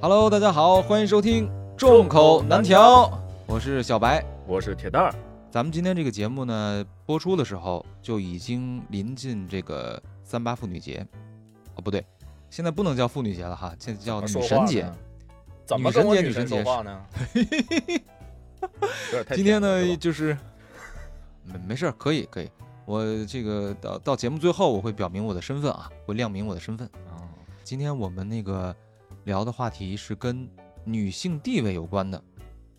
Hello，大家好，欢迎收听《众口难调》，我是小白。我是铁蛋儿，咱们今天这个节目呢，播出的时候就已经临近这个三八妇女节，哦，不对，现在不能叫妇女节了哈，现在叫啊女神节。怎么女神跟我节女女神神节说话呢？ 有点太今天甜了呢，是吧就是 嗯没没事儿，可以可以。我这个到到节目最后，我会表明我的身份啊，会亮明我的身份。嗯今天我们那个聊的话题是跟女性地位有关的，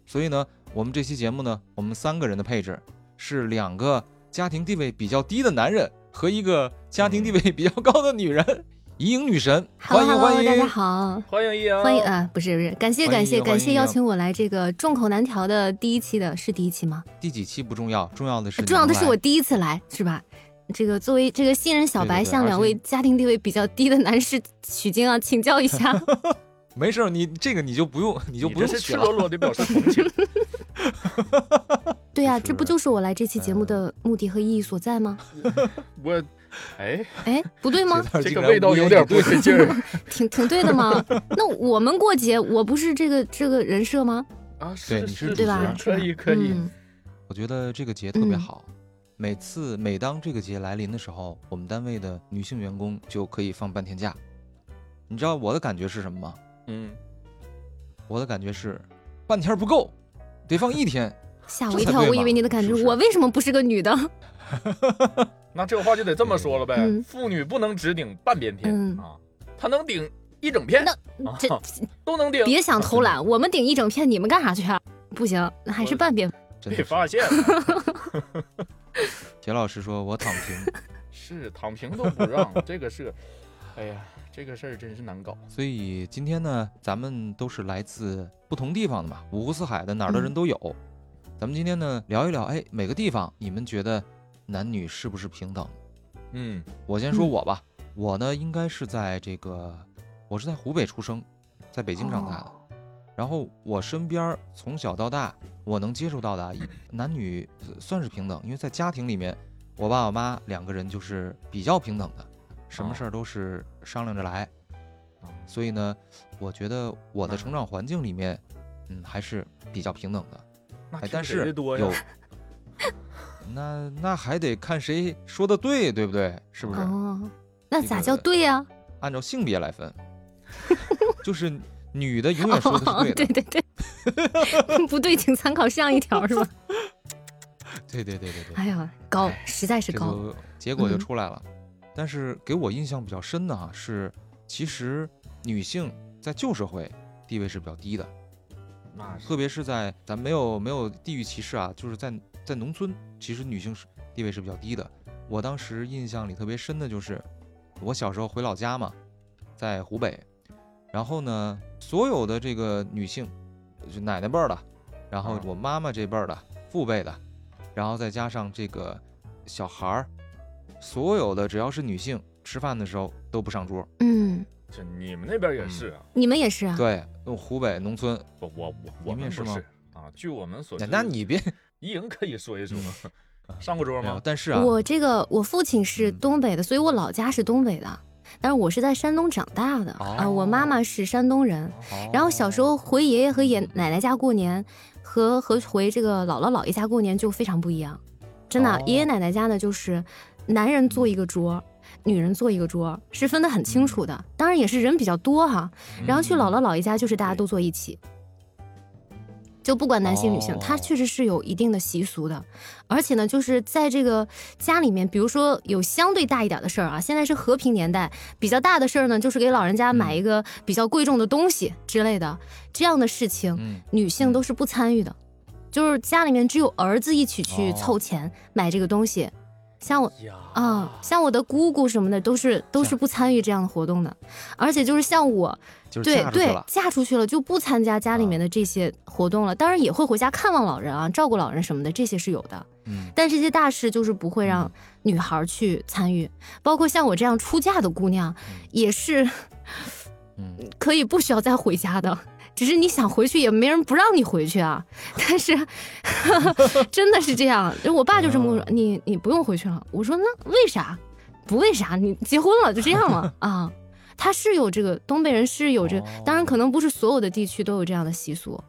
所以呢，我们这期节目呢，我们三个人的配置是两个家庭地位比较低的男人和一个家庭地位比较高的女人，怡颖女神，哈欢喽迎哈欢喽，大家迎。好，欢迎一阳，欢迎啊，不是不是，感谢感谢欢迎感欢谢迎邀请我来这个众口难调的第一期的是第一期吗？啊第几期不重要，重要的是呃重要的你是能我来第一次来是吧？这个作为这个新人小对白，对对向而两且位家庭地位比较低的男士取经啊，请教 一下。没事儿，你这个你就不用，你你就不用这是学赤了裸。裸的表示同情。对呀、啊就这不是就是我来这期节目呃的目的和意义所在吗？ 我， 哎，哎，不 对吗？这个味道有点不对劲 儿挺挺对 的嘛。那我们过节，我不是这个这个人设吗？啊！对是你是是主对持吧人？可以可以，嗯我觉得这个节特别嗯好。每次每当这个节来临的时候，我们单位的女性员工就可以放半天假。你知道我的感觉是什么吗？嗯，我的感觉是，半天不够，得放一天。吓这我一才跳，对我以嘛为你的感是觉，不是我为什么不是个女的？那这话就得这么说了呗嗯，妇女不能只顶半边天嗯啊，她能顶一整片那，啊这都能顶，别想偷懒，我们顶一整片，你们干啥去啊？不行，还是半边。真被的是，发现 了，铁老师说我躺平，是躺平都不让，这个是，哎呀，这个事儿真是难搞。所以今天呢，咱们都是来自不同地方的嘛，五湖四海的，哪儿的人嗯都有。咱们今天呢，聊一聊，哎，每个地方你们觉得男女是不是平等？嗯，我先说嗯我吧，我呢应该是在这个，我是在湖北出生，在北京长大的。哦然后我身边儿从小到大，我能接触到的啊男女呃算是平等，因为在家庭里面，我爸我妈两个人就是比较平等的，什么哦事儿都是商量着来。啊所以呢，我觉得我的那成长环境里面，嗯，还是比较平等的。那哎，听但谁是的多呀有，那那还得看谁说的对，对不对？是不是？哦，那咋这个叫对呀？按照性别来分，就是女的永远说的是对的，对哦对对， 不对，请参考上一条，是吧？ 对对对对对哎呀，高，实在是这高。就结果就嗯出来了。但是给我印象比较深的啊，是其实女性在旧社会地位是比较低的，那是特别是在咱没有没有地域歧视啊，就是在在农村，其实女性是地位是比较低的。我当时印象里特别深的就是，我小时候回老家嘛，在湖北，然后呢，所有的这个女性，就奶奶辈儿的，然后啊我妈妈这辈儿的，父辈的，然后再加上这个小孩儿，所有的只要是女性，吃饭的时候都不上桌。嗯，这你们那边也是嗯啊，你们也是啊？对，嗯湖北农村，我我我你我们也们是不吗是啊。据我们所知，那你别一莹可以说一说，上过桌没有，吗？但是啊，我这个我父亲是嗯东北的，所以我老家是东北的，但是我是在山东长大的哦啊，我妈妈是山东人。然后小时候回爷爷和爷奶奶家过年，和和回这个姥姥姥爷家过年就非常不一样，真的。哦爷爷奶奶家呢，就是男人坐一个桌，女人坐一个桌，是分得很清楚的。当然也是人比较多哈。嗯然后去姥姥姥爷家，就是大家都坐一起。就不管男性女性，它哦确实是有一定的习俗的，而且呢，就是在这个家里面，比如说有相对大一点的事儿啊，现在是和平年代，比较大的事儿呢，就是给老人家嗯买一个比较贵重的东西之类的，这样的事情，嗯，女性都是不参与的，就是家里面只有儿子一起去哦凑钱买这个东西。像我嗯呀啊，像我的姑姑什么的，都是都这是样不参与这样的活动的，而且就是像我，就是对嫁出去对了，。啊嫁出去了就不参加家里面的这些活动了。当然也会回家看望老人啊，照顾老人什么的，这些是有的。嗯，但这些大事就是不会让女孩去参与，包括像我这样出嫁的姑娘，也是嗯，可以不需要再回家的。只是你想回去也没人不让你回去啊，但是 真的是这样。我爸就这么跟我嗯说：“你你不用回去了。”我说：“那为啥？不为啥？你结婚了就这样了啊。”他是有这个东北人是有这个哦，当然可能不是所有的地区都有这样的习俗，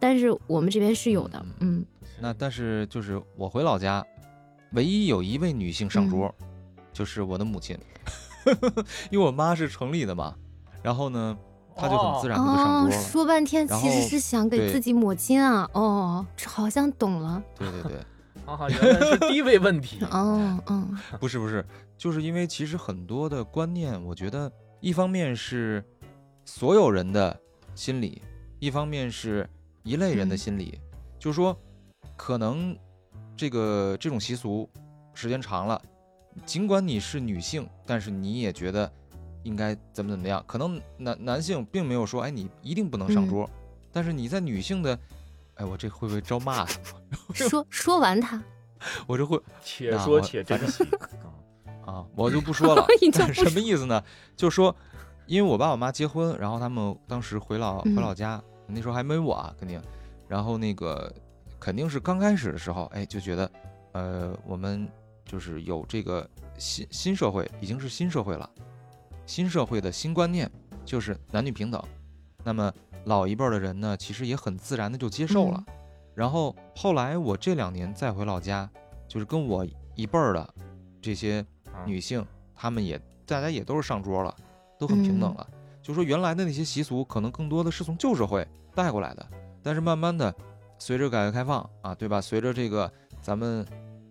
但是我们这边是有的，嗯那但是就是我回老家，唯一有一位女性上桌，就是我的母亲， 因为我妈是城里的嘛，然后呢，她就很自然的就上哦，桌了。说半天然其实后是想给对自己抹金啊，哦，好像懂了，对对对，啊，原来是地位问题哦嗯不是不是，就是因为其实很多的观念，我觉得一方面是所有人的心理，一方面是一类人的嗯心理，就是说可能这个这种习俗时间长了，尽管你是女性，但是你也觉得应该怎么怎么样。可能男男性并没有说，哎，你一定不能上嗯桌，但是你在女性的，哎，我这会不会招骂他？说说完他， 我这会且说且珍惜。啊，我就不说了 你。就但不是什么意思呢？就说，因为我爸我妈结婚，然后他们当时回老回嗯老家，那时候还没我啊，肯定。然后那个肯定是刚开始的时候，哎，就觉得，呃，我们就是有这个新新社会，已经是新社会了，新社会的新观念就是男女平等。那么老一辈儿的人呢，其实也很自然的就接受嗯了。然后后来我这两年再回老家，就是跟我一辈儿的这些啊女性，她们也大家也都是上桌了，都很平等嗯了。就说原来的那些习俗，可能更多的是从旧社会带过来的，但是慢慢的，随着改革开放啊，对吧？随着这个咱们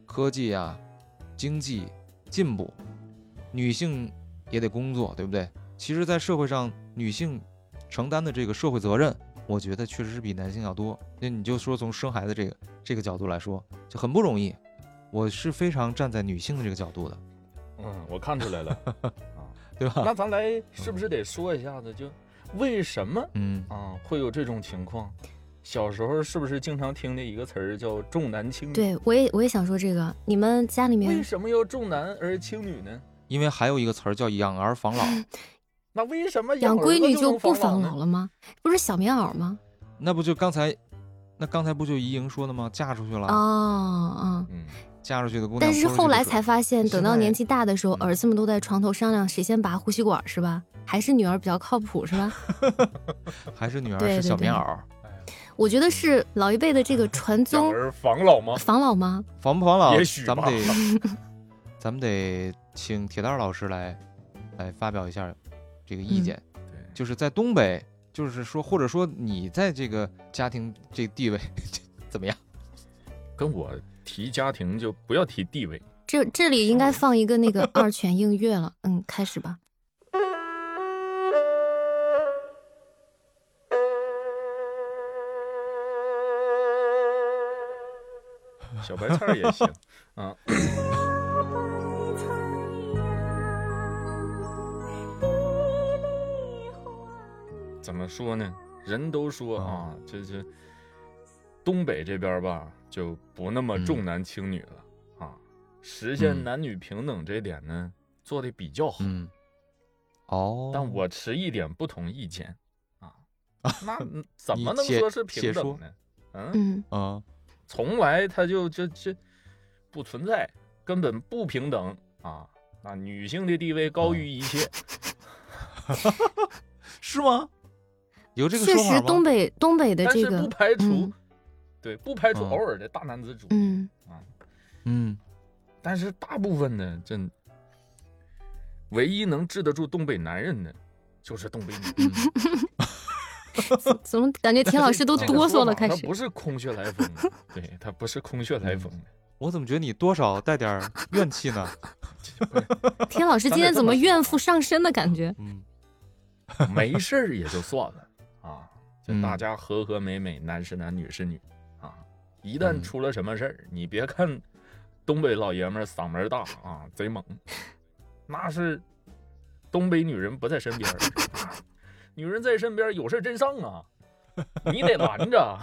科技啊、经济进步，女性也得工作，对不对？其实，在社会上，女性承担的这个社会责任，我觉得确实是比男性要多。那你就说从生孩子这个这个角度来说，就很不容易。我是非常站在女性的这个角度的，嗯，我看出来 了。对吧？那咱来是不是得说一下子，就为什么嗯，啊会有这种情况？小时候是不是经常听的一个词儿叫重男轻女？，对我也我也想说这个，你们家里为面什么要重男而轻女呢？因为还有一个词儿叫养儿防 老，那为什么养儿闺子女就能不防防呢老？了吗？不是小棉袄吗？那不就刚才，那刚才不就怡莹说的吗？嫁出去了，啊哦哦。嗯，嫁出去的姑娘但泼出去是的水。后来才发现，现等到年在纪大的时候，嗯儿子们都在床头商量谁先拔呼吸管，是吧？还是女儿比较靠谱，是吧？还是女儿对是对小对棉袄，我觉得是老一辈的这个传养宗儿防老吗？防老吗？防不防老？也许咱们吧 得，咱们得请铁蛋儿老师来来发表一下这个意嗯见。就是在东北，就是说，或者说你在这个家庭这地位 这怎么样？跟我提家庭就不要提 地位。这这里应该放一个那个 二泉映月了，嗯，开始吧。小白菜儿也行啊。怎么说呢？人都说啊，这这东北这边儿吧，就不那么重男轻女了、啊，实现嗯男女平等这点呢，做的比较好。嗯，哦，但我持一点不同意见 啊，那怎你么能且说是且平说等呢？嗯，嗯，啊，从来它就这这不存在，根本不平等啊！啊，女性的地位嗯高于一切，是吗？有这个确说法实吗？东北东北的但这是不个，排除、嗯对不排除嗯偶尔的大男子主义，嗯， 嗯，但是大部分呢，这唯一能治得住东北男人的，就是东北 女嗯人。怎么感觉田老师都这个哆嗦说了？法开它始不是空穴来风 的，对，它不是空穴来风的。嗯我怎么觉得你多少带点儿怨气呢？ 田老师今天怎么怨妇上身的感觉？嗯，没事儿也就算了 啊，就嗯大家和和美美，男是男，女是女啊。一旦嗯出了什么事儿，你别看东北老爷们儿嗓门儿大啊，贼 猛，那是东北女人不在身边儿，啊女人在身边儿有事儿真上啊，你得拦 着，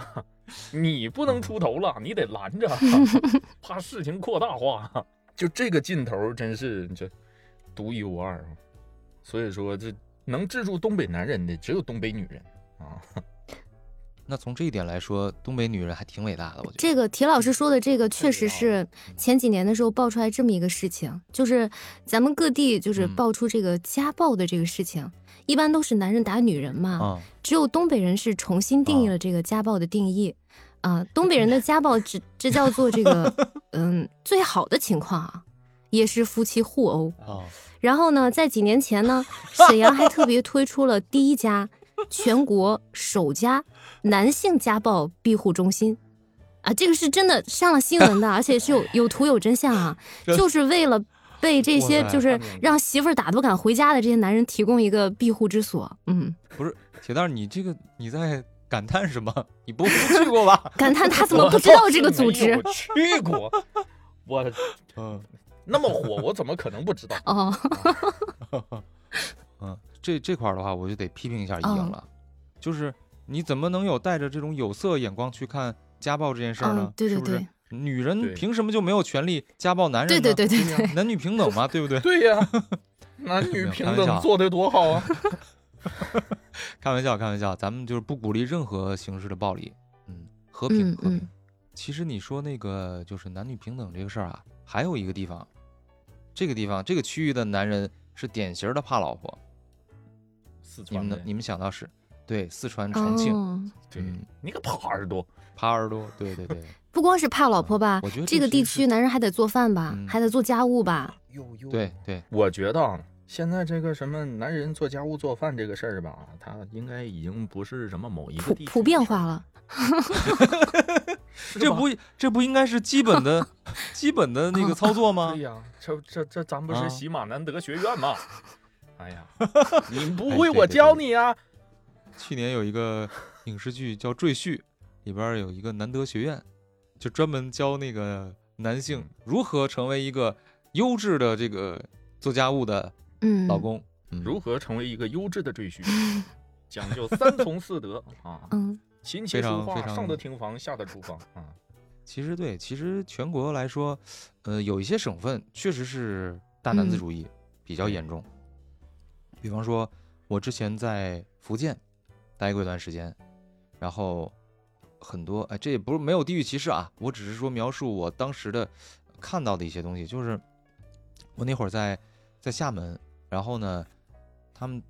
你不能出头了，你得拦着，怕事情扩大化。就这个劲头，真是这独一无二啊。所以说，这能治住东北男人的只有东北女人啊。那从这一点来说，东北女人还挺伟大的，我觉得。这个铁老师说的这个确实是前几年的时候爆出来这么一个事情，就是咱们各地就是嗯爆出这个家暴的这个事情，一般都是男人打女人嘛，啊、只有东北人是重新定义了这个家暴的定义。啊，东北人的家暴只这叫做这个，嗯，最好的情况啊，也是夫妻互殴。啊、然后呢，在几年前呢， 沈阳还特别推出了第 一家全国首家男性家暴庇护中心。啊，这个是真的上了 新闻的，而且是有有图有真相啊，这就是为了被这些哇塞就是太牛了让媳妇儿打都不敢回家的这些男人提供一个庇护之所。嗯，不是铁蛋儿，你这个你在感叹什么？你不会去过吧？感叹他怎我么不知道这个组倒是没织有去过，我 嗯那么火，我怎么可能不知道？ 哦。嗯， 这这块儿的话，我就得批评一下一颖嗯了，就是你怎么能有带着这种有色眼光去看家暴这件事儿呢？嗯，对对是不是对，女人对凭什么就没有权利家暴男人对呢？对对对对，男女平等嘛，对不对？对呀、男女平等做得 多好啊！开玩笑，开玩笑，咱们就是不鼓励任何形式的暴力，嗯，和平，嗯和平嗯。其实你说那个就是男女平等这个事儿啊，还有一个地方，这个地方这个区域的男人是典型的怕老婆，四你们川的能，你们想到是，对，四川重庆、哦，对嗯，你个耙耳朵，耙耳朵，对对对，不光是怕老婆吧我觉得，啊这这个其地实区男人还得做饭吧，嗯还得做家务吧，对对，我觉得啊现在这个什么男人做家务做饭这个事儿吧，啊他应该已经不是什么某一个普地区普遍化了。是吧，这不这不应该是基本的 基本的那个操作 吗对？呀、这这这咱不是啊喜马南德学院吗？哎 呀，你不哎会对我对教对你啊！去年有一个影视剧叫《赘婿》，里边儿有一个南德学院，就专门教那个男性如何成为一个优质的这个做家务的嗯，老公。嗯如何成为一个优质 的赘婿，讲究三从四德啊，嗯，琴棋非常书非画，常上得厅房，下得厨房啊。其实对，其实全国来说，呃，有一些省份确实是大男子嗯主义比较严重。比方说，我之前在福建待过一段时间，然后很多哎，这也不是没有地域歧视啊，我只是说描述我当时的看到的一些东西，就是我那会儿在在厦门，然后呢，他们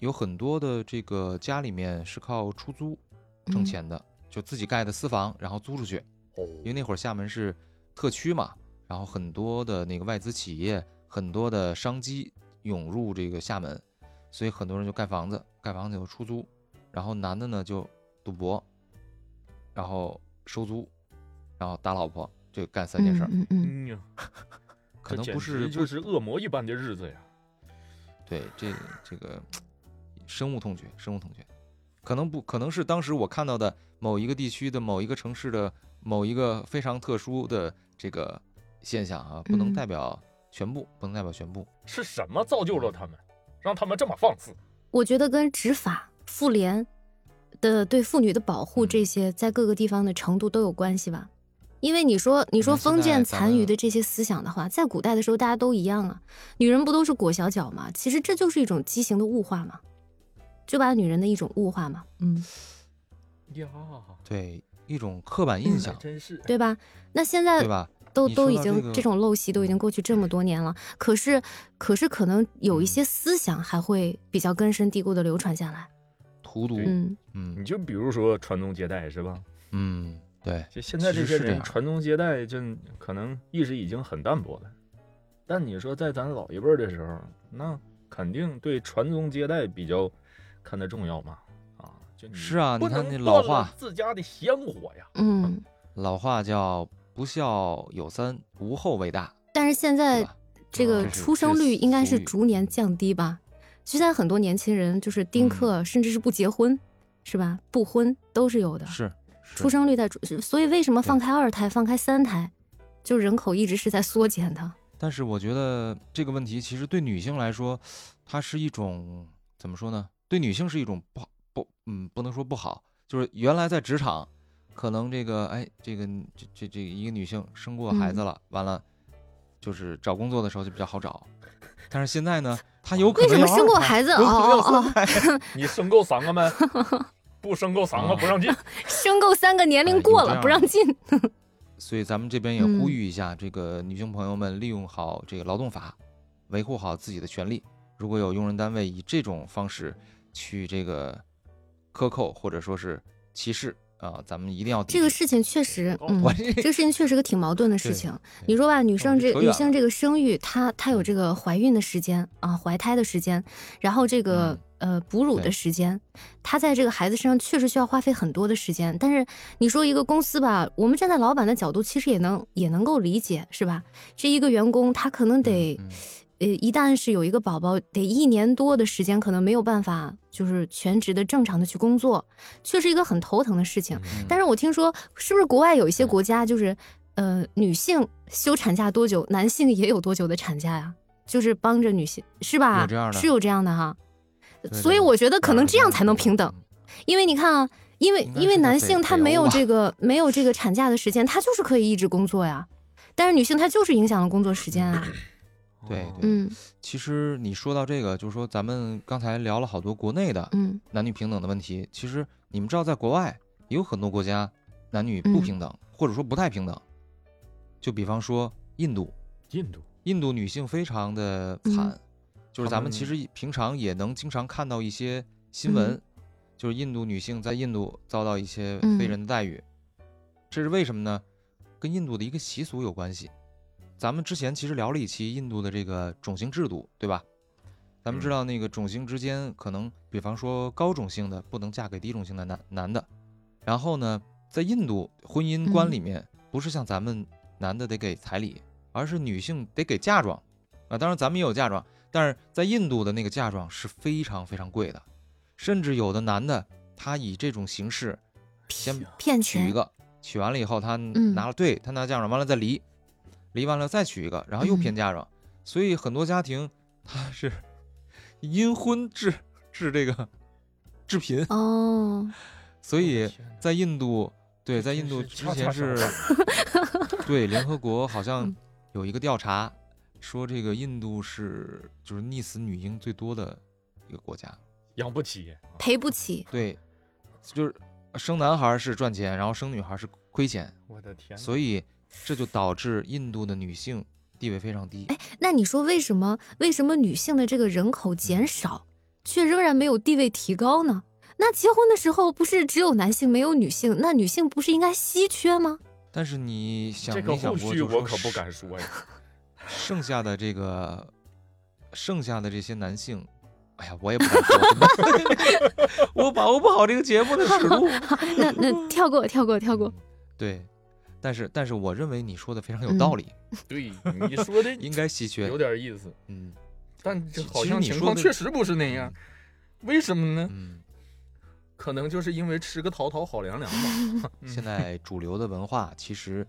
有很多的这个家里面是靠出租挣嗯钱的，就自己盖的私房，然后租出去。哦，因为那会儿厦门是特区嘛，然后很多的那个外资企业，很多的商机涌入这个厦门，所以很多人就盖房子，盖房子就出租，然后男的呢就赌博，然后收租，然后打老婆，这干三件事儿，嗯嗯嗯呀，可能这不简直是就是恶魔一般的日子呀。对这这个深恶痛绝，深恶痛绝。可能不可能是当时我看到的某一个地区的某一个城市的某一个非常特殊的这个现象啊，不能嗯代表全部，不能代表全部。是什么造就了嗯他们，让他们这么放肆？嗯，我觉得跟执法、妇联的对妇女的保护嗯这些，在各个地方的程度都有关系吧。因为你说你说那现封建在咱残余们的这些思想的话，在古代的时候大家都一样啊，女人不都是裹小脚嘛？其实这就是一种畸形的物化嘛，就把女人的一种物化嘛，嗯，呀，对一种刻板嗯印还象，真是对吧？那现在对吧？都你都说已到经这个嗯这种陋习都已经过去这么多年了，可是可是可能有嗯一些思想还会比较根深蒂固的流传下来。荼毒，嗯嗯你就比如说传宗接代是吧？嗯，对，就现在其这实些是这人样传宗接代，这可能意识已经很淡薄了。但你说在咱老一辈儿的时候，那肯定对传宗接代比较看得重要嘛。啊，就你是啊不你看能那断老了话自家的香火呀。嗯，老话叫不孝有三，无后为大，但是现对在吧？这啊个这是出生这是率应该是俗语逐年降低吧？现在很多年轻人就是嗯丁克，甚至是不结婚，是吧？不婚都是有的，是出是生率在逐，所以为什么放开二胎、放开三胎，就人口一直是在缩减的？ 但是我觉得这个问题其实对女性来说，它是一种怎么说呢？对女性是一种不好不嗯，不能说不好，就是原来在职场，可能这个哎，这个这这这一个女性生过孩子嗯了，完了就是找工作的时候就比较好找，但是现在呢，她有可为什能么要生过二胎孩子？哦有可能要哦哦哦， 你生够三个没？不申购三个啊不让进。申购三个年龄过了哎有这样的不让进。所以咱们这边嗯也呼吁一下，这个女性朋友们利用好这个劳动法，维护好自己的权利。如果有用人单位以这种方式去这个克扣或者说是歧视啊，咱们一定要抵这个制事情确实，哦嗯我，这这个事情确实个挺矛盾的事对情。对你说吧，女生这扯远女了嗯性这个生育，她她有这个怀孕的时间啊，怀胎的时间，然后这个、呃哺乳的嗯对时间，她在这个孩子身上确实需要花费很多的时间。但是你说一个公司吧，我们站在老板的角度，其实也能也能够理解，是吧？这一个员工他可能得、嗯嗯呃，一旦是有一个宝宝，得一年多的时间，可能没有办法就是全职的正常的去工作，确实一个很头疼的事情。嗯但是我听说，是不是国外有一些国家就是，呃，女性休产假多久，男性也有多久的产假呀？就是帮着女性，是吧？有这样的是有这样的哈。对所以对我觉得可能这样才能平等，嗯因为你看啊，因为应该因为是个男北性他北没欧有吧这个没有这个产假的时间，他就是可以一直工作呀。但是女性她就是影响了工作时间啊，对哦对嗯其实你说到这个，就是说咱们刚才聊了好多国内的嗯男女平等的问题，其实你们知道，在国外也有很多国家男女不嗯平等，或者说不太平等。就比方说印度，印度印度女性非常的惨，嗯就是他咱们们其实平常也能经常看到一些新闻，嗯就是印度女性在印度遭到一些嗯非人的待遇，这是为什么呢？跟印度的一个习俗有关系。咱们之前其实聊了一期印度的这个种姓制度，对吧？咱们知嗯道那个种姓之间可能，比方说高种姓的不能嫁给低种姓的男男的，然后呢，在印度婚姻观嗯里面，不是像咱们男的得给彩礼，而是女性得给嫁妆啊。当然咱们也有嫁妆，但是在印度的那个嫁妆是非常非常贵的，甚至有的男的他以这种形式先骗娶一钱，个，娶完了以后他嗯拿了，对他拿嫁妆，完了再离，离完了再娶一个，然后又骗嗯嫁妆，所以很多家庭他是因婚致致这个致贫，哦，所以天哪在印度，对，在真印度是之恰恰前是，对联合 国好像嗯有一个调查，说这个印度是就是溺死女婴最多的一个国家，养不起，啊赔不起，对，就是生男孩儿是赚钱，然后生女孩儿是亏钱， 我的天哪！所以这就导致印度的女性地位非常低。那你说为什么为什么女性的这个人口减少，却仍然没有地位提高呢？那结婚的时候不是只有男性没有女性，那女性不是应该稀缺吗？但是你想这没个想后过，续就我说可不是敢说呀。 剩下的这个，剩下的这些男性，哎呀，我也不敢说， 我把握不好这个节目的尺度。那那跳过跳过跳过，对，但是但是我认为你说的非常有道嗯理，对，你说的应该稀有缺。点意思，嗯但这其好其实像你情说况的确实不是那样。为什么呢？嗯，可能就是因为吃个桃桃好凉凉 吧。嗯现在主流的文化其实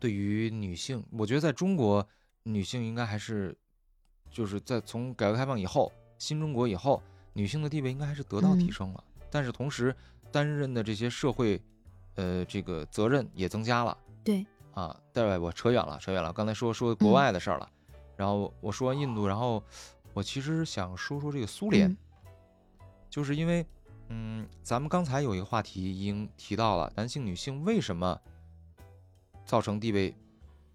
对于女性，我觉得在中国，女性应该还是就是在从改革开放以后，新中国以后，女性的地位应该还是得到提嗯升了。但是同时，担任的这些社会，呃，这个责任也增加了。对啊，但是我扯远了，扯远了。刚才说说国嗯外的事儿了，然后我说完印度，然后我其实想说说这个苏联，嗯就是因为，嗯，咱们刚才有一个话题已经提到了男性、女性为什么造成地位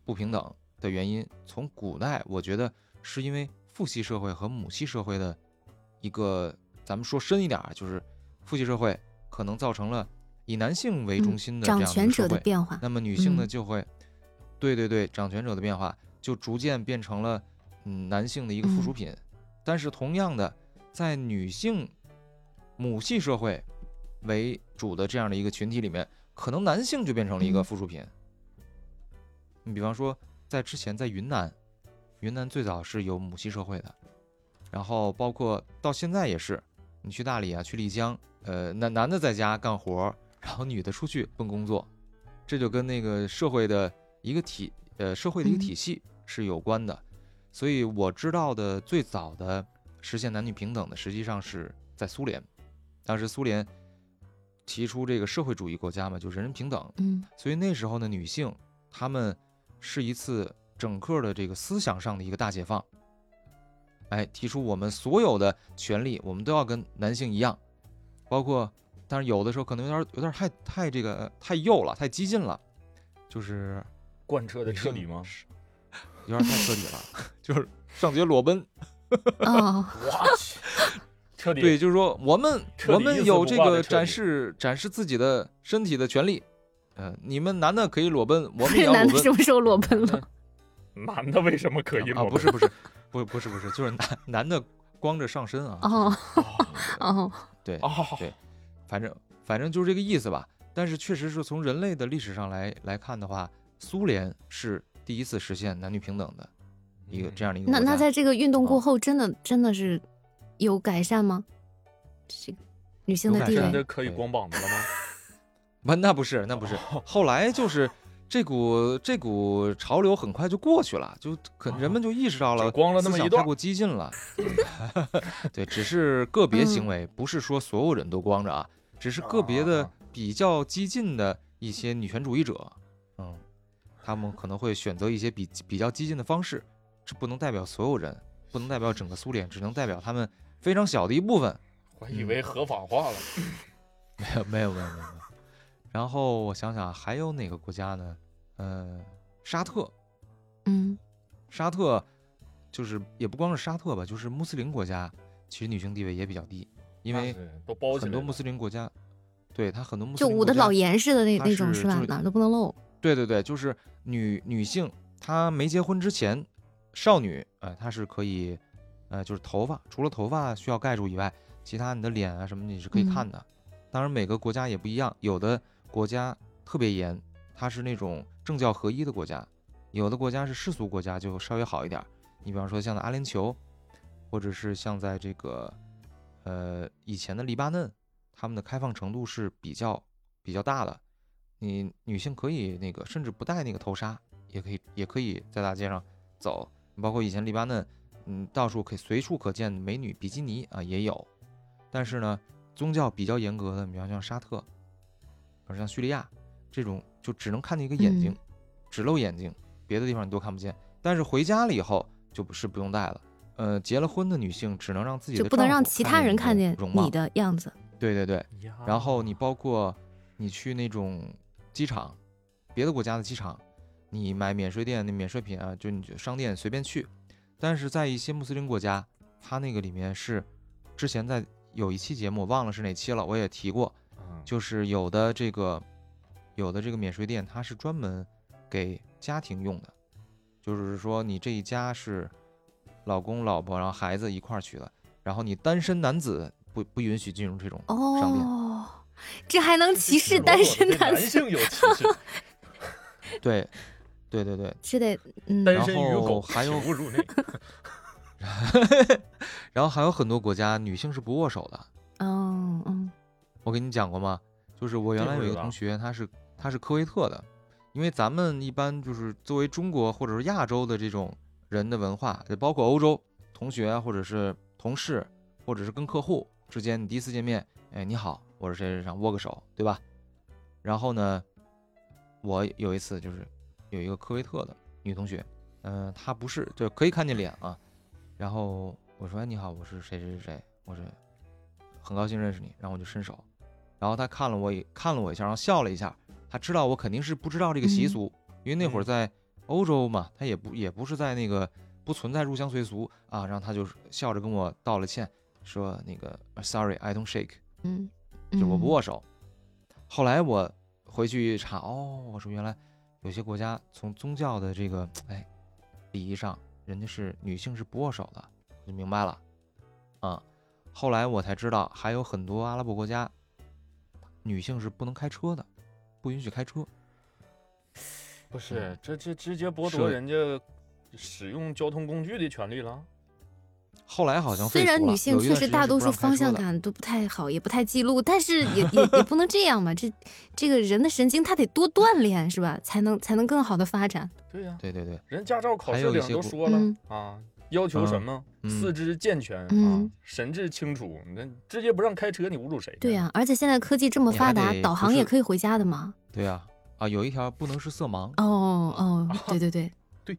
不平等的原因。从古代，我觉得是因为父系社会和母系社会的一个，咱们说深一点儿，就是父系社会可能造成了以男性为中心的这样嗯掌的一个权社者的会 变化，那么女性呢嗯就会，对对对，掌权者的变化就逐渐变成了嗯男性的一个附属嗯品。但是同样的，在女性母系社会为主的这样的一个群体里面，可能男性就变成了一个嗯附属品。你比方说，在之前在云南，云南最早是有母系社会的，然后包括到现在也是，你去大理啊，去丽江，呃，男男的在家干活儿，然后女的出去奔工作，这就跟那个社会的一个体，呃，社会的一个嗯体系是有关的。所以我知道的最早的实现男女平等的，实际上是在苏联，当时苏联提出这个社会主义国家嘛，就人人平等，嗯所以那时候呢，女性她们是一次整个的这个思想上的一个大解放。哎，提出我们所有的权利，我们都要跟男性一样，包括但是有的时候可能有点有点太太这个太右了，太激进了，就是贯彻的女彻性底吗？是？有点太彻底了， 就是上街裸奔。哦，我去，彻底对，就是说我们彻底我一丝们有不这挂的个彻展底示展示自己的身体的权利。呃，你们男的可以裸奔， 我们也要男裸的什奔。么时候裸奔 了？男的为什么可以啊，裸不奔？是不是，不不是不是，就是男男的光着上身啊。哦哦，对，哦， 对反正反正就是这个意思吧。但是确实是从人类的历史上来来看的话，苏联是第一次实现男女平等的一个这样的一个那国那家在这个运动过啊后，真的真的是有改善吗？这个女性有的改地善真位的可以光膀子了吗？嗯不，那不是，那不是。哦后来就是这股这股潮流很快就过去了，就可人们就意识到只了，哦光了那么一段太过激进了。 对，只是个别行为，不是说所有人都光着啊，只是个别啊啊的啊比较激进的一些女权主义者，嗯，他们可能会选择一些比比较激进的方式，这不能代表所有人，不能代表整个苏联，只能代表他们非常小的一部分。我以为合法化了。 没有没有没有没有。没有。然后我想想还有哪个国家呢？嗯，沙特，嗯沙特就是也不光是沙特吧，就是穆斯林国家，其实女性地位也比较低，因那为是都包起很来多了，穆斯林国家，对他很多穆斯就林捂国得家老严似的那它那种是是吧就？是哪儿都不能露。对对对，就是女女性她没结婚之前，少女呃她是可以，呃就是头发除了头发需要盖住以外，其他你的脸啊什么你是可以看的。当然每个国家也不一样，有的国家特别严，它是那种政教合一的国家，有的国家是世俗国家就稍微好一点儿。你比方说像在阿联酋，或者是像在这个呃以前的黎巴嫩，他们的开放程度是比较比较大的。你女性可以那个，甚至不戴那个头纱，也可以，也可以在大街上走。包括以前黎巴嫩，嗯，到处可以随处可见美女比基尼啊也有。但是呢，宗教比较严格的，比方像沙特，比方像叙利亚这种，就只能看见一个眼睛，嗯只露眼睛，别的地方你都看不见。但是回家了以后就不是不用戴了。呃，结了婚的女性只能让自己就的不能丈让夫其他人看看见容你貌。的样子。对对对，呀然后啊你包括你去那种机场，别的国家的机场，你买免税店的免税品啊，就你就商店随便去。但是在一些穆斯林国家，它那个里面是之前在有一期节目我忘了是哪期了，我也提过，嗯就是有的这个有的这个免税店它是专门给家庭用的，就是说你这一家是老公、老婆，然后孩子一块儿去的，然后你单身男子不不允许进入这种商店。哦，这还能歧视赤裸单裸地身对男男性？性有歧视，对，对对对，这得嗯，单身与然狗后还 有体无入内。 然后还有很多国家女性是不握手的。哦嗯我跟你讲过吗？就是我原这来不有一啊个知道同学，他是他是科威特的，因为咱们一般就是作为中国或者是亚洲的这种人的文化，也包括欧洲同学啊或者是同事，或者是跟客户之间，你第一次见面，哎，你好，我是谁谁谁，想握个手，对吧？然后呢，我有一次就是有一个科威特的女同学，嗯、她不是，对，可以看见脸啊。然后我说，哎，你好，我是谁谁谁谁，我是很高兴认识你，然后我就伸手，然后她看了我一看了我一下，然后笑了一下，她知道我肯定是不知道这个习嗯俗，因为那会儿嗯在欧洲嘛，她也不也不是在那个不存在入乡随俗啊，然后她就是笑着跟我道了歉，说那个呃 sorry，I don't shake。嗯，就是我不嗯握手。后来我回去一查，哦，我说原来有些国家从宗教的这个哎礼仪上，人家是女性是不握手的，我就明白了啊。后来我才知道，还有很多阿拉伯国家，女性是不能开车的，不允许开车。不是嗯，这这直接剥夺是人家使用交通工具的权利了。后来好像虽废除然了女性有一确段实时间大是不多数让开方车向的感都不太好，也不太记录，但是 也也也不能这样吧？这这个人的神经他得多锻炼是吧？才能才能更好的发展。对呀、对对对，人驾照考还试有一里些都国说了、嗯啊，要求什嗯么、嗯四肢健全、啊嗯，神志清楚，那直接不让开车，你侮辱谁？对呀、啊而且现在科技这么你发还达得，导不航也是可以回家的嘛。对呀、啊，有一条不能是色盲。哦哦， 对对对，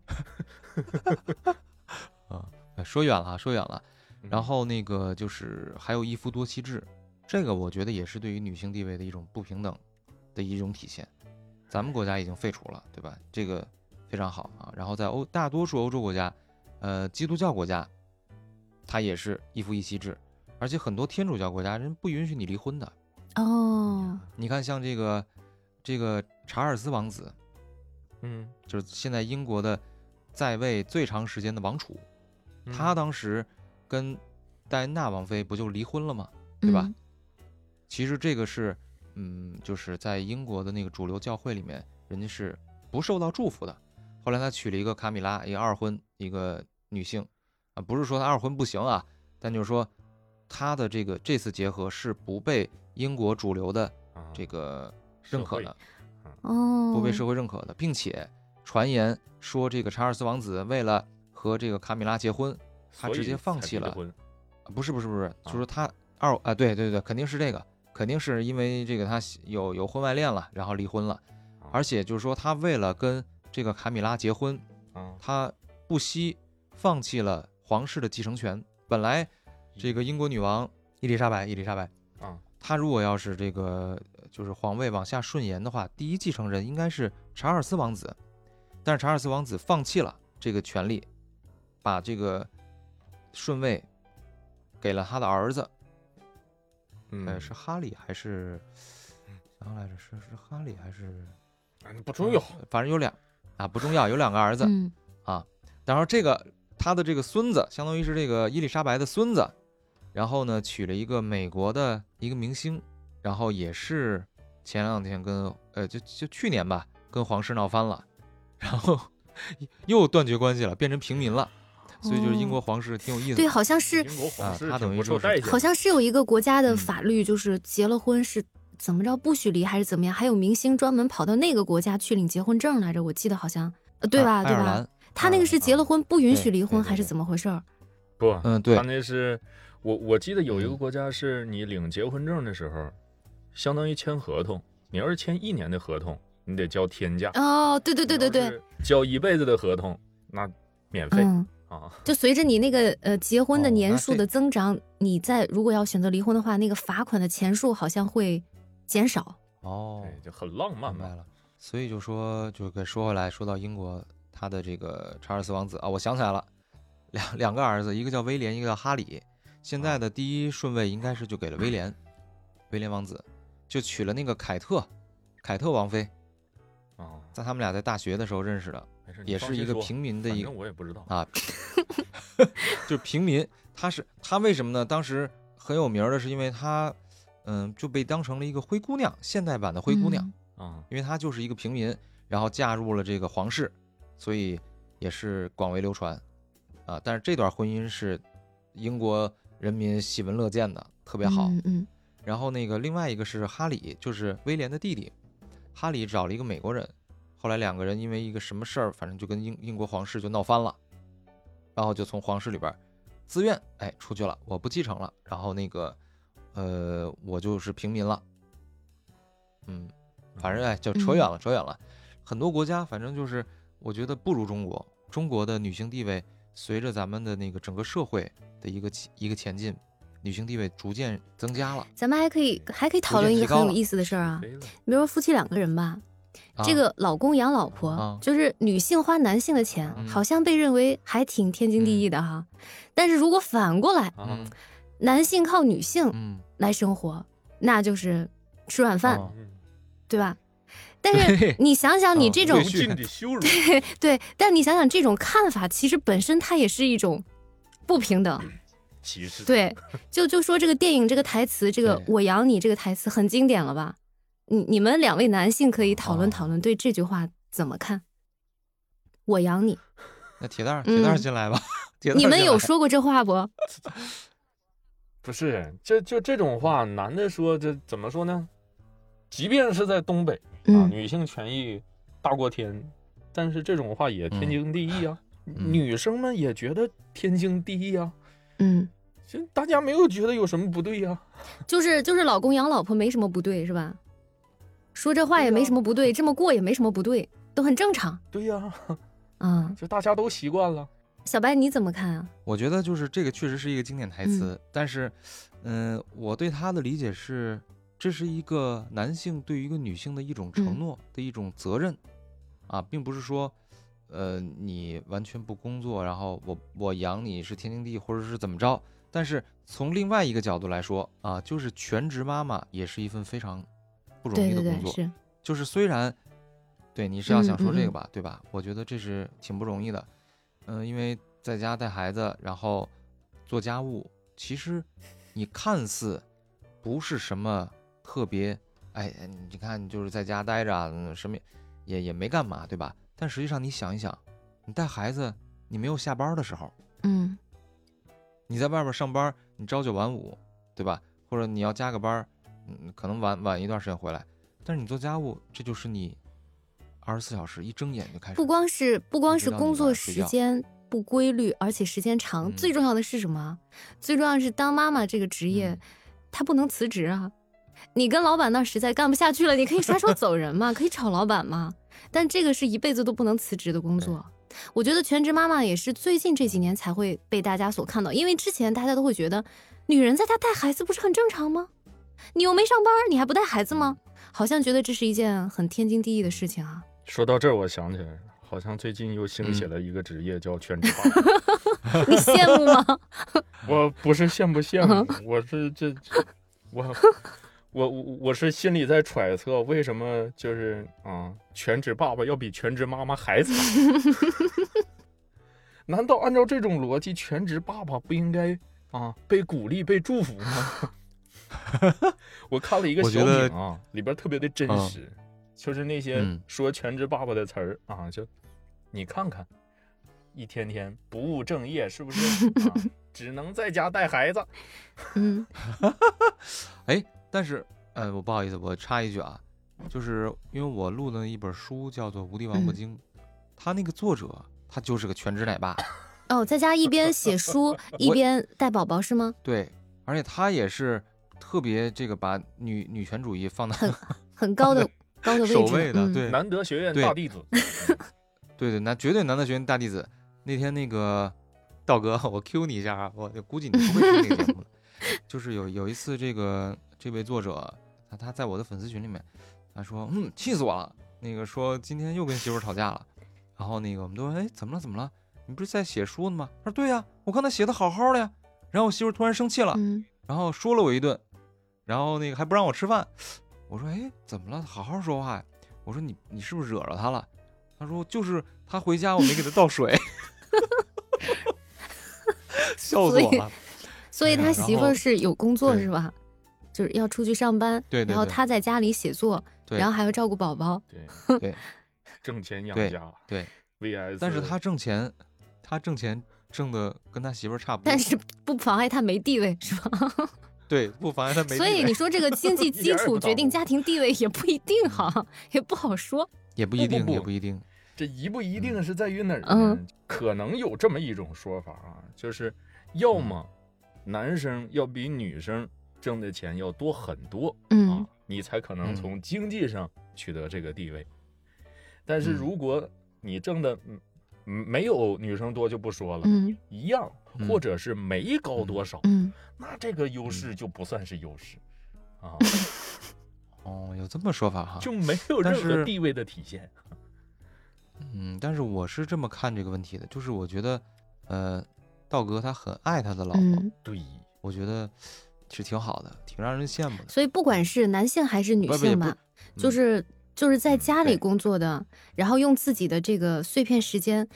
呃说远了啊，说远了。嗯然后那个就是还有一夫多妻制，这个我觉得也是对于女性地位的一种不平等的一种体现。咱们国家已经废除了，对吧？这个非常好啊。然后在欧大多数欧洲国家，呃，基督教国家，它也是一夫一妻制，而且很多天主教国家人不允许你离婚的。哦，你看，像这个这个查尔斯王子，嗯，就是现在英国的在位最长时间的王储，他的当时跟戴安娜王妃不就离婚了吗？对吧嗯？其实这个是，嗯，就是在英国的那个主流教会里面，人家是不受到祝福的。后来他娶了一个卡米拉，一个二婚一个女性，啊，不是说他二婚不行啊，但就是说他的这个这次结合是不被英国主流的嗯啊这个认可的，哦，不被社会认可的，并且传言说这个查尔斯王子为了和这个卡米拉结婚，他直接放弃了啊不是不是不是，就啊是他二啊，对对对，肯定是这个，肯定是因为这个他喜有有婚外恋了，然后离婚了，而且就是说他为了跟这个卡米拉结婚，啊，他不惜放弃了皇室的继承权。本来这个英国女王伊丽莎白，伊丽莎白啊，她如果要是这个呃就是皇位往下顺延的话，第一继承人应该是查尔斯王子，但是查尔斯王子放弃了这个权利，把这个顺位给了他的儿子，呃，嗯，是哈利还是然后来着？是是哈利还是？嗯不重要，反正有俩啊，不重要，有两个 儿子。嗯，啊然后这个他的这个孙子，相当于是这个伊丽莎白的孙子，然后呢娶了一个美国的一个明星，然后也是前两天跟呃就就去年吧跟皇室闹翻了，然后 又断绝关系了，变成平民了，所以就是英国皇室挺有意思哦对，的。好像是英国皇室啊他等于挺不受就是待 见的，好像是有一个国家的嗯法律，就是结了婚是怎么着不许离还是怎么样，还有明星专门跑到那个国家去领结婚证来着，我记得好像，呃对吧？爱对啊爱尔吧兰？，他那个是结了婚不允许离对婚对对还是怎么回事儿？不，嗯，对他，那是我我记得有一个嗯国家是你领结婚证的时候，相当于签合同，你要是签一年的合同，你得交天价。哦，对对对对你要对，是交一辈子的合同，那免费、嗯，啊。就随着你那个呃结婚的哦那年这数的增长，你在如果要选择离婚的话，那个罚款的钱数好像会减少。哦，对，哎就很浪漫明白嘛。了。所以就说，就给说回来，说到英国，他的这个查尔斯王子啊，我想起来了，两两个儿子，一个叫威廉，一个叫哈里。现在的啊第一顺位应该是就给了威廉，威廉王子就娶了那个凯特，凯特王妃，啊，在他们俩在大学的时候认识的，没事，你也放是一心个说平民的反一个正我也不知道。啊， 就是平民。他是他为什么呢？当时很有名儿的是因为他，嗯，就被当成了一个灰姑娘，现代版的灰姑娘。嗯啊，因为她就是一个平民，然后嫁入了这个皇室，所以也是广为流传啊。但是这段婚姻是英国人民喜闻乐见的，特别好。嗯嗯，然后那个另外一个是哈里，就是威廉的弟弟，哈里找了一个美国人，后来两个人因为一个什么事儿，反正就跟英英国皇室就闹翻了，然后就从皇室里边儿自愿哎出去了，我不继承了，然后那个呃我就是平民了，嗯，反正哎就扯远了，扯远了。很多国家反正就是我觉得不如中国，中国的女性地位随着咱们的那个整个社会的一个起一个前进，女性地位逐渐增加了。咱们还可以还可以讨论一个很有意思的事儿啊，飞了比如说夫妻两个人吧，啊这个老公养老婆，啊就是女性花男性的钱，嗯好像被认为还挺天经地义的哈。但是如果反过来，啊，男性靠女性嗯，来生活，那就是吃软饭，哦嗯对吧？但是对你想想，你嗯这这种、无尽的羞辱，对，但你想想这种看法，其实本身它也是一种不平等。嗯歧视。，对，就就说这个电影这个台词，这个对“我养你”这个台词很经典了吧？你你们两位男性可以讨论哦讨论对这句话怎么看？我养你，那铁蛋儿，铁蛋儿嗯进来吧。铁蛋儿你们进有来说过这话不？不是，这就这种话，男的说这怎么说呢？即便是在东北啊，嗯，女性权益大过天，但是这种话也天经地义啊。嗯女生们也觉得天经地义啊，嗯，其实大家没有觉得有什么不对呀、就是就是老公养老婆没什么不对是吧？说这话也啊没什么不对，这么过也没什么不对，都很正常。对呀、嗯，就大家都习惯了。小白你怎么看啊？我觉得就是这个确实是一个经典台词，但是，嗯、我对他的理解是，这是一个男性对于一个女性的一种承嗯诺的一种责任，啊，并不是说，呃，你完全不工作，然后我我养你是天经地义，或者是怎么着。但是从另外一个角度来说啊，就是全职妈妈也是一份非常不容对易的对工对，作，是，就是虽然，对你是要想说这嗯嗯个嗯吧，对吧？我觉得这是挺不容易的，嗯、因为在家带孩子，然后做家务，其实你看似不是什么特别，哎，哎你看你就是在家待着啊，嗯什么也也没干嘛，对吧？但实际上你想一想，你带孩子，你没有下班的时候，嗯你在外边上班，你朝九晚五，对吧？或者你要加个班儿，嗯，可能晚晚一段时间回来，但是你做家务，这就是你二十四小时一睁眼就开始。不光是不光你是知道你工晚作上睡时觉间不规律，而且时间长，嗯最重要的是什么？最重要的是当妈妈这个职业，嗯她不能辞职啊。你跟老板那儿实在干不下去了，你可以甩手走人嘛，可以炒老板嘛。但这个是一辈子都不能辞职的工作。我觉得全职妈妈也是最近这几年才会被大家所看到，因为之前大家都会觉得，女人在家带孩子不是很正常吗？你又没上班，你还不带孩子吗？好像觉得这是一件很天经地义的事情啊。说到这儿，我想起来，好像最近又兴起嗯了一个职业叫全职爸。你羡慕吗？我不是羡不羡慕，我是这，这我我我我是心里在揣测，为什么就是啊，全职爸爸要比全职妈妈还惨？难道按照这种逻辑，全职爸爸不应该啊被鼓励、被祝福吗？ 我看了一个我觉小得品啊，里边特别的真嗯实，就是那些嗯说全职爸爸的词儿啊，就你看看，一天天不务正业，是不是？啊只能在家带孩子。嗯，但是，呃，我不好意思，我插一句啊，就是因为我录的一本书叫做《无敌王嗯不精》，他那个作者他就是个全职奶 爸，哦，在家一边 写书一边带宝宝是吗？对，而且他也是特别这个把女女权主义放到很高的高的位置， 首位的，嗯、对，南德学院对大弟子，对对，那绝对男的学院大弟子。那天那个道哥，我 Q 你一下啊，我估计你不会听这个节目的。就是有有一次，这个这位作者，他他在我的粉丝群里面，他说，嗯，气死我了。那个说今天又跟媳妇儿吵架了，然后那个我们都问，哎，怎么了？怎么了？你不是在写书呢吗？他说对呀、我看他写的好好的呀。然后我媳妇儿突然生气了，嗯然后说了我一顿，然后那个还不让我吃饭。我说：“哎，怎么了？好好说话呀！”我说你：“你是不是惹着他了？”他说：“就是他回家我没给他倒水。” 笑死我所以了。所以他媳妇儿是有工作嗯对是吧？就是要出去上班，对对对然后他在家里写作，对然后还要照顾宝宝，对对， 挣钱养对家对， ，VS，但是他挣钱，他挣钱挣的跟他媳妇儿差不多，但是不妨碍他没地位是吧？对不妨碍他没地位。所以你说这个经 济一基点儿也不础决定耽误家庭地位也不一定哈，也不好说。也不不一不定，也不不一定。这一不一定是在于哪儿呢？嗯可能有这么一种说法啊，就是要嗯么男生要比女生挣的钱要多很多啊哦嗯，你才可能嗯从经济上取得这个地位。但嗯是如果你挣的嗯嗯没有女生多就不说了，嗯一样嗯或者是没高多少，嗯，那这个优嗯势就不算是优 势啊，哦，有这么说法哈。就没有但任何是地位的体现。嗯，但是我是这么看这个问题的，就是我觉得，呃，道哥他很爱他的老婆，嗯，对，我觉得其实挺好的，挺让人羡慕的。所以不管是男性还是女不不也性不吧，就嗯是就是在嗯家里对工作的，然后用自己的这个碎片时间，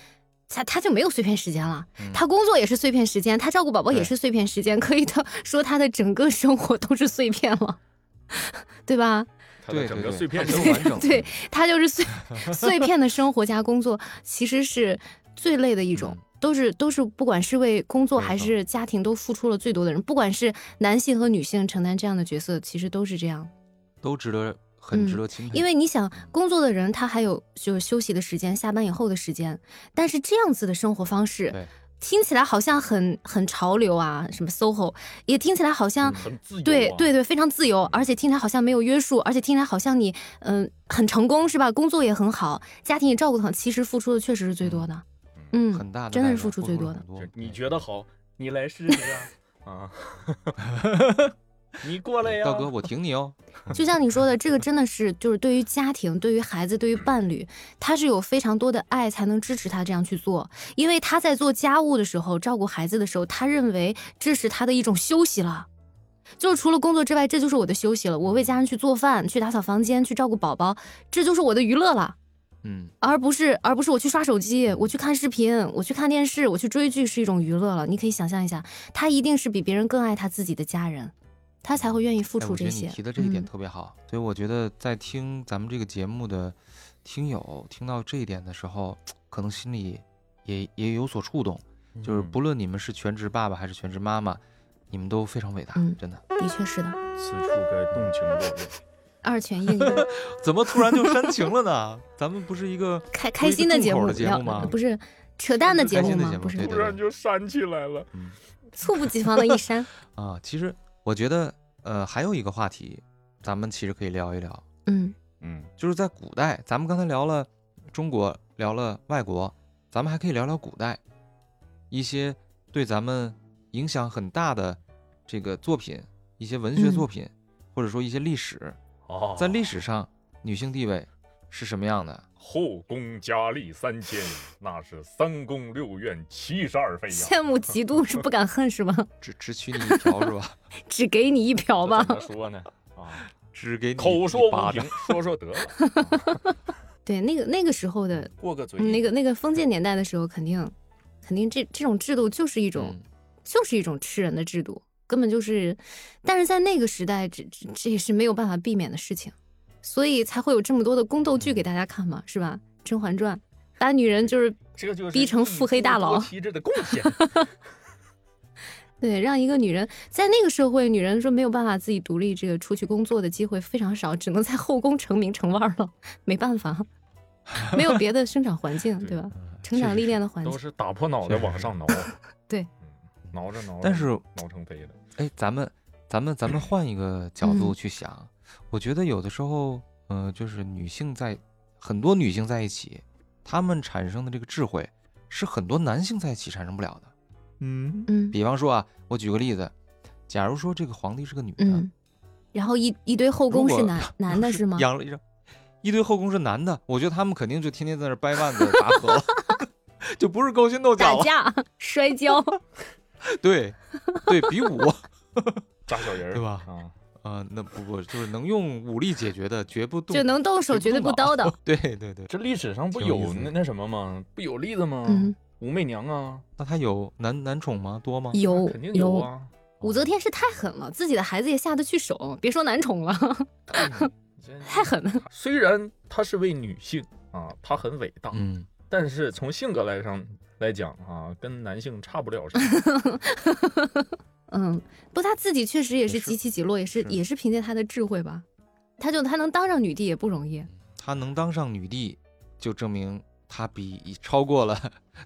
他他就没有碎片时间了，嗯他工作也是碎片时间，他照顾宝宝也对是碎片时间，可以的说他的整个生活都是碎片了， 对吧？它对的对整个对碎片它生不活完 整。对他就是碎碎片的生活加工作，其实是最累的一种。嗯都是都是，不管是为工作没还错是家庭，都付出了最多的人。不管是男性和女性承担这样的角色，其实都是这样。都值得很值嗯得钦佩。因为你想，工作的人他还有就是休息的时间，下班以后的时间，但是这样子的生活方式对，听起来好像很很潮流啊，什么 SOHO，也听起来好嗯像、很自由、啊，对对对非常自由，而且听起来好像没有约束，而且听起来好像你呃嗯、很成功是吧？工作也很好，家庭也照顾得很好，其实付出的确实是最多的。嗯嗯，很大的真的代是价付出最了多的很多就对你觉得好，你来试试 啊啊， 你过来呀，道哥，我挺你哦。就像你说的，这个真的是就是对于家庭、对于孩子、对于伴侣，他是有非常多的爱才能支持他这样去做。因为他在做家务的时候、照顾孩子的时候，他认为这是他的一种休息了。就是除了工作之外，这就是我的休息了。我为家人去做饭、去打扫房间、去照顾宝宝，这就是我的娱乐了， 嗯，而不是而不是我去刷手机、我去看视频、我去看电视、我去追剧是一种娱乐了。你可以想象一下，他一定是比别人更爱他自己的家人，他才会愿意付哎出我觉得这些。你提的这一点嗯特别好，所以我觉得在听咱们这个节目的听友听到这一点的时候，可能心里也也有所触动。就是嗯不论你们是全职爸爸还是全职妈妈，你们都非常伟大，嗯真的。 的确是的。嗯此处该动情落泪。二泉 映月，怎么突然就煽情了呢？咱们不是一个开不开是一个心的重节口目，的节要目吗不是扯淡的节开目心的吗节？目不是对，对对就煽起来了。猝不及防的 一删。啊，其实我觉得，呃，还有一个话题，咱们其实可以聊一聊，嗯嗯，就是在古代，咱们刚才聊了中国，聊了外国，咱们还可以聊聊古代一些对咱们影响很大的这个作品，一些文学作嗯品，或者说一些历史，哦，在历史上女性地位是什么样的？后宫佳丽三千，那是三宫六院七十哎二妃呀。羡慕嫉妒是不敢恨是吧？只只取你一条是吧？ 只给你一瓢吧这。怎么说呢？啊，只给你口一说无巴凭掌。，说说得了， 对，那个那个时候的啊过个嘴嗯。那个那个封建年代的时候，肯定肯定这这种制度就是一种、嗯，就是一种吃人的制度，根本就是，但是在那个时代，这这这也是没有办法避免的事情，所以才会有这么多的宫斗剧给大家看嘛，是吧？《甄嬛传》把女人就是这个就是逼成腹黑大佬一夫多妻制的贡 献。对，让一个女人在那个社会，女人说没有办法自己独立，这个出去工作的机会非常少，只能在后宫成名成腕儿了，没办法，没有别的生长环 境，对吧？成长历练的环都境，嗯是打破脑袋往上挠。 对嗯，挠着挠着，但是挠成飞了。哎，咱们咱们咱们换一个角嗯度去想，我觉得有的时候，呃，就是女性在很多女性在一起，她们产生的这个智慧是很多男性在一起产生不了的。嗯，嗯比方说啊，我举个例子，假如说这个皇帝是个女的，嗯。然后一一堆后宫如是果男男 的是吗？养了一张一堆后宫是男的，我觉得他们肯定就天天在那儿掰腕子拔河了， 就不是勾心斗啊打角了，架、 摔跤，对对，比武。 扎小人儿对吧啊，呃，那不不，就是能用武力解决的，绝不动就能动手，绝对不 叨叨。对对对，这历史上不挺有意有思的那那什么吗？不有例子吗？嗯，武媚娘啊，那他有男男宠吗？多吗？有肯定有有。啊。武则天是太狠了，自己的孩子也下得去手，别说男宠了， 这太狠了。虽然她是位女性啊，她很伟大，嗯，但是从性格来上来讲啊，跟男性差不了啥。 嗯，不，她自己确实也也是是几起几落，也是是也是凭借她的智慧吧。她就她能当上女帝也不容易，她能当上女帝，就证明她比超过了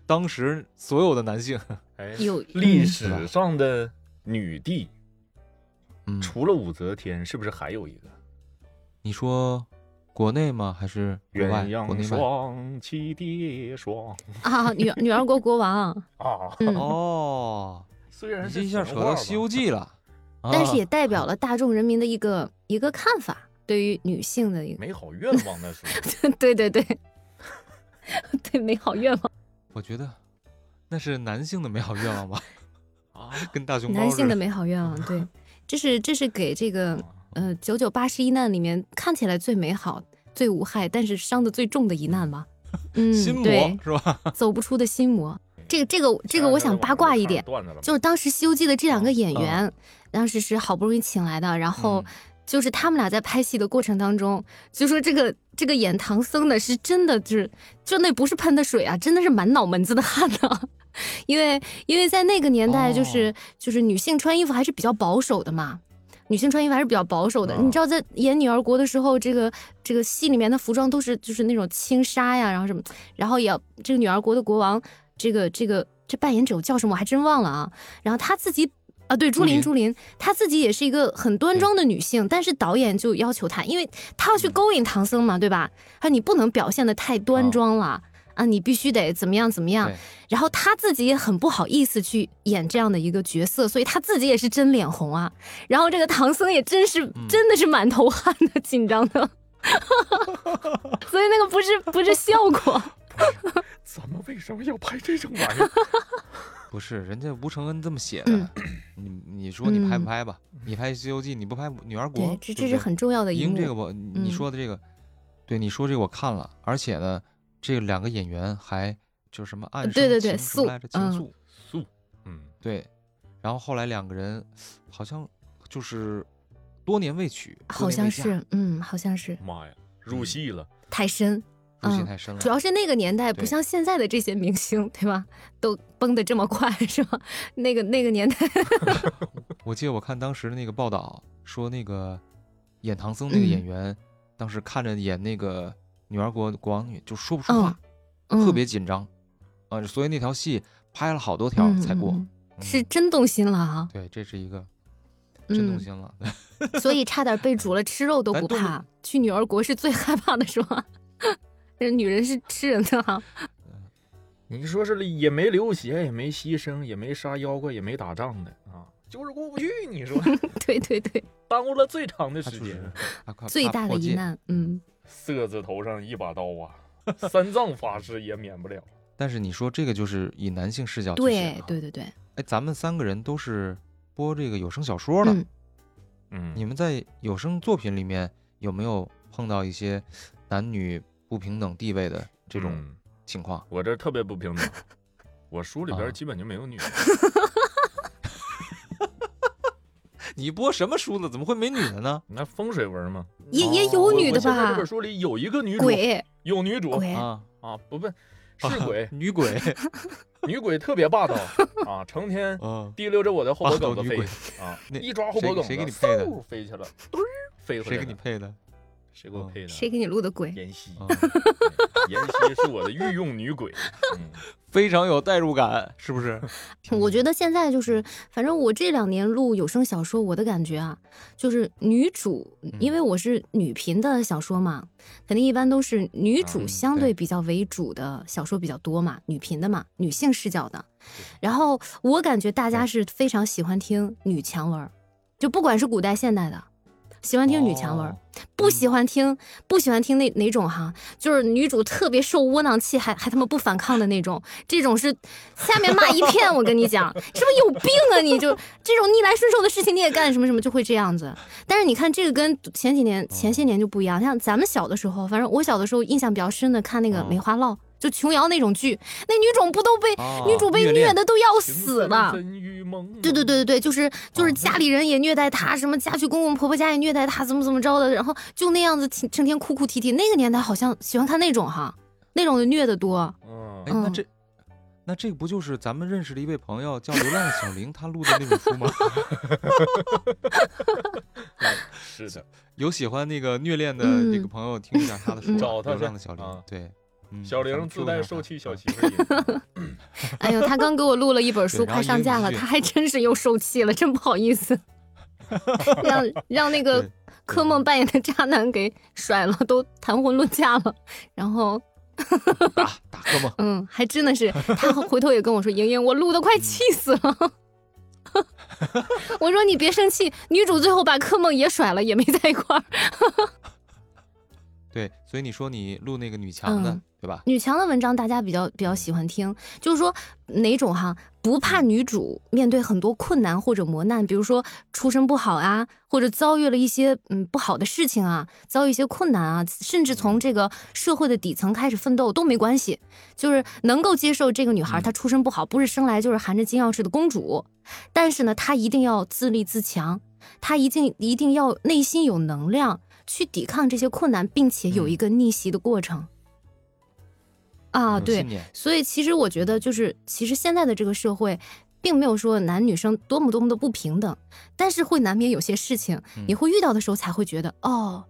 当时所有的男性。 哎，有历是史吧上的女帝，嗯，除了武则天，是不是还有一个你说国内吗？还是国外？鸳国鸯内外？双栖蝶双啊，女女儿国国王，啊？嗯，哦，虽然你是这一下神扯话到《吧西游记》了，啊但是也代表了大众人民的一个一个看法，对于女性的一个， 美好愿望那时候， 对对 对，对美好愿望，我觉得那是男性的美好愿望吧， 啊，跟大熊猫男性的似美好愿望，对，这是这是给这个呃九九八十一难里面看起来最美好、最无害，但是伤的最重的一难吧。嗯的，心魔对，是吧？走不出的心魔。这个这个这哎个，我想八卦一点，段子了吧就是当时《西游记》的这两个演员，当时是好不容易请来的，然后嗯就是他们俩在拍戏的过程当中，就说这个这个演唐僧的是真的就是就那不是喷的水啊，真的是满脑门子的汗呐、 因为因为在那个年代，就是、就是女性穿衣服还是比较保守的嘛，女性穿衣服还是比较保守的。啊你知道，在演女儿国的时候，这个这个戏里面的服装都是就是那种轻纱呀，然后什么，然后也要这个女儿国的国王，这个这个这扮演者叫什么我还真忘了啊。然后她自己啊，对，朱朱琳琳朱琳，她自己也是一个很端庄的女性，但是导演就嗯要求她，因为她要去勾引唐僧嘛，对吧？她说你不能表现的太端庄了。啊啊，你必须得怎么样怎么样对。然后他自己也很不好意思去演这样的一个角色，所以他自己也是真脸红啊。然后这个唐僧也真是、真的是满头汗的，紧张的。 所以那个不是不是效果，咱们为什么要拍这种玩意儿？ 不是人家吴承恩这么写嗯的，你你说你拍不拍吧？你拍《西游记》，你不拍《女儿国对，》，这这不是对很重要的一鹰这幕。个我你嗯说的这个，对你说这个我看了，而且呢，这两个演员还就是什么暗对生呃对对情什么素来着情嗯愫，素，嗯，对，然后后来两个人好像就是多年未娶，多好年像未嫁是，嗯，好像是妈呀，嗯入戏了，太深，入戏嗯太深了，主要是那个年代不对像现在的这些明星，对吧？都崩的这么快， 是吧？那个那个年代，我记得我看当时的那个报道说，那个演唐僧嗯那个演员，当时看着演那个女儿国国王女就说不出话，嗯特别紧张啊、所以那条戏拍了好多条才过。嗯嗯嗯是真动心了啊哈、对，这是一个真动嗯，心了。所以差点被煮了，吃肉都咱不动怕，去女儿国是最害怕的，是吧？ 这女人是吃人的哈、啊你说是也没流血，也没牺牲，也没杀妖怪，也没打仗的啊，就是过不去。你 说 对对对，耽误了最长的他时就间 是，他快最大怕的疑。破戒难，嗯，色字头上一把刀啊，三藏法师也免不了。但是你说这个就是以男性视角去写对的对对对，哎，咱们三个人都是播这个有声小说的，嗯嗯你们在有声作品里面有没有碰到一些男女不平等地位的这种嗯情况？ 我这特别不平等，我书里啊边基本就没 有女的。你播什么书呢？怎么会没女的呢？那风水文嘛，也也哦有我女的我现在这吧？本书里有一个女主，鬼有女主鬼，啊，，啊，不不是鬼女 鬼，女鬼特别霸 道啊，成天嗯，提溜着我的后脖梗霸子道女飞鬼啊，那一抓后脖梗子，谁谁给你配的嗖飞去了，嘟儿飞回嗯谁给来你了。配的？谁给我配的？谁给你录的鬼？妍希，嗯 妍希是我的御用女鬼。 嗯，非常有代入感，是不是？我觉得得现在就是，反正我这两年录有声小说，我的感觉啊，就是女主，因为我是女频的小说嘛，肯定一般都是女主嗯相对对比较为主的小说比较多嘛，女频的嘛，女性视角的。然后我感觉大家是非常喜欢听女强文儿，就不管是古代现代的，喜欢哦听女强文儿。不喜欢听，不喜欢听那哪种哈，就是女主特别受窝囊气，还还他妈不反抗的那种，这种是下面骂一片。我跟你讲，是不是有病啊你？就这种逆来顺受的事情你也干，什么什么就会这样子。但是你看这个跟前几年、前些年就不一样，像咱们小的时候，反正我小的时候印象比较深的，看那个哦《梅花烙》，就琼瑶那种剧，那女主不都被、哦女主被虐恋虐的都要情死深了。深雨嗯蒙对对对对对，就是哦就是家里人也虐待她，什么家去公公婆婆家也虐待她，怎么怎么着的，然后就那样子挺成天哭哭啼啼。那个年代好像喜欢看那种哈，那种的虐的多。嗯哎，，那嗯这。那这不就是咱们认识的一位朋友叫流浪小玲，她录的那本书吗？ 是的，有喜欢那个虐恋的这个嗯朋友，听一下她的书嗯啊。找她流去浪的小啊玲，对，嗯小咱玲们自 Q 带一下受她气啊小媳妇儿音。哎呦，他刚给我录了一本书，对然后快上架了，一个剧他还真是又受气了，真不好 意思，让让那个对柯梦扮演的渣男给甩了，都谈婚论嫁了。然后，打打哥们，嗯，还真的是，他回头也跟我说：“莹莹，我录的快气死了。” 我说：“你别生气，女主最后把柯梦也甩了，也没在一块儿。对，所以你说你录那个女强的嗯，对吧”？女强的文章大家比较比较喜欢听，就是说哪种哈不怕女主面对很多困难或者磨难，比如说出身不好啊，或者遭遇了一些嗯不好的事情啊，遭遇一些困难啊，甚至从这个社会的底层开始奋斗都没关系，就是能够接受这个女孩她出身不好，不是生来就是含着金钥匙的公主，但是呢，她一定要自立自强，她一定一定要内心有能量去抵抗这些困难，并且有一个逆袭的过程。啊，有对信，念所以其实我觉得，就是其实现在的这个社会，并没有说男女生多么多么的不平等，但是会难免有些事情，你会遇到的时候才会觉得，哦，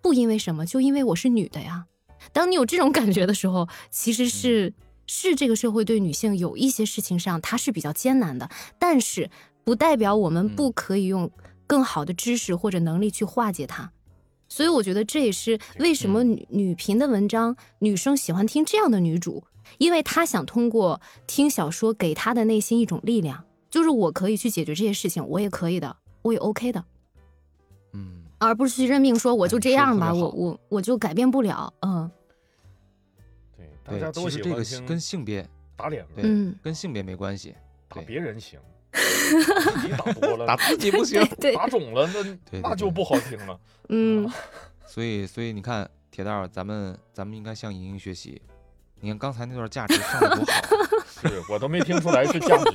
不因为什么，就因为我是女的呀。当你有这种感觉的时候，其实是、是这个社会对女性有一些事情上它是比较艰难的，但是不代表我们不可以用更好的知识或者能力去化解它。所以我觉得这也是为什么女、女频的文章女生喜欢听这样的女主，因为他想通过听小说给他的内心一种力量，就是我可以去解决这些事情，我也可以的，我也 OK 的，嗯，而不是去认命说我就这样吧，哎说得我特别好我我就改变不了， 嗯对，大家对，都其喜实欢这个听跟性别打脸味对儿，嗯，跟性别没关系，打对 别人 行，自己打多了，打自己不行 对。对，打肿了那对那就不好听了。啊嗯哦所以，所以你看，铁蛋儿，咱们咱们应该向莹莹学习。你看刚才那段价值上的多好，啊是我都没听出来是 价值，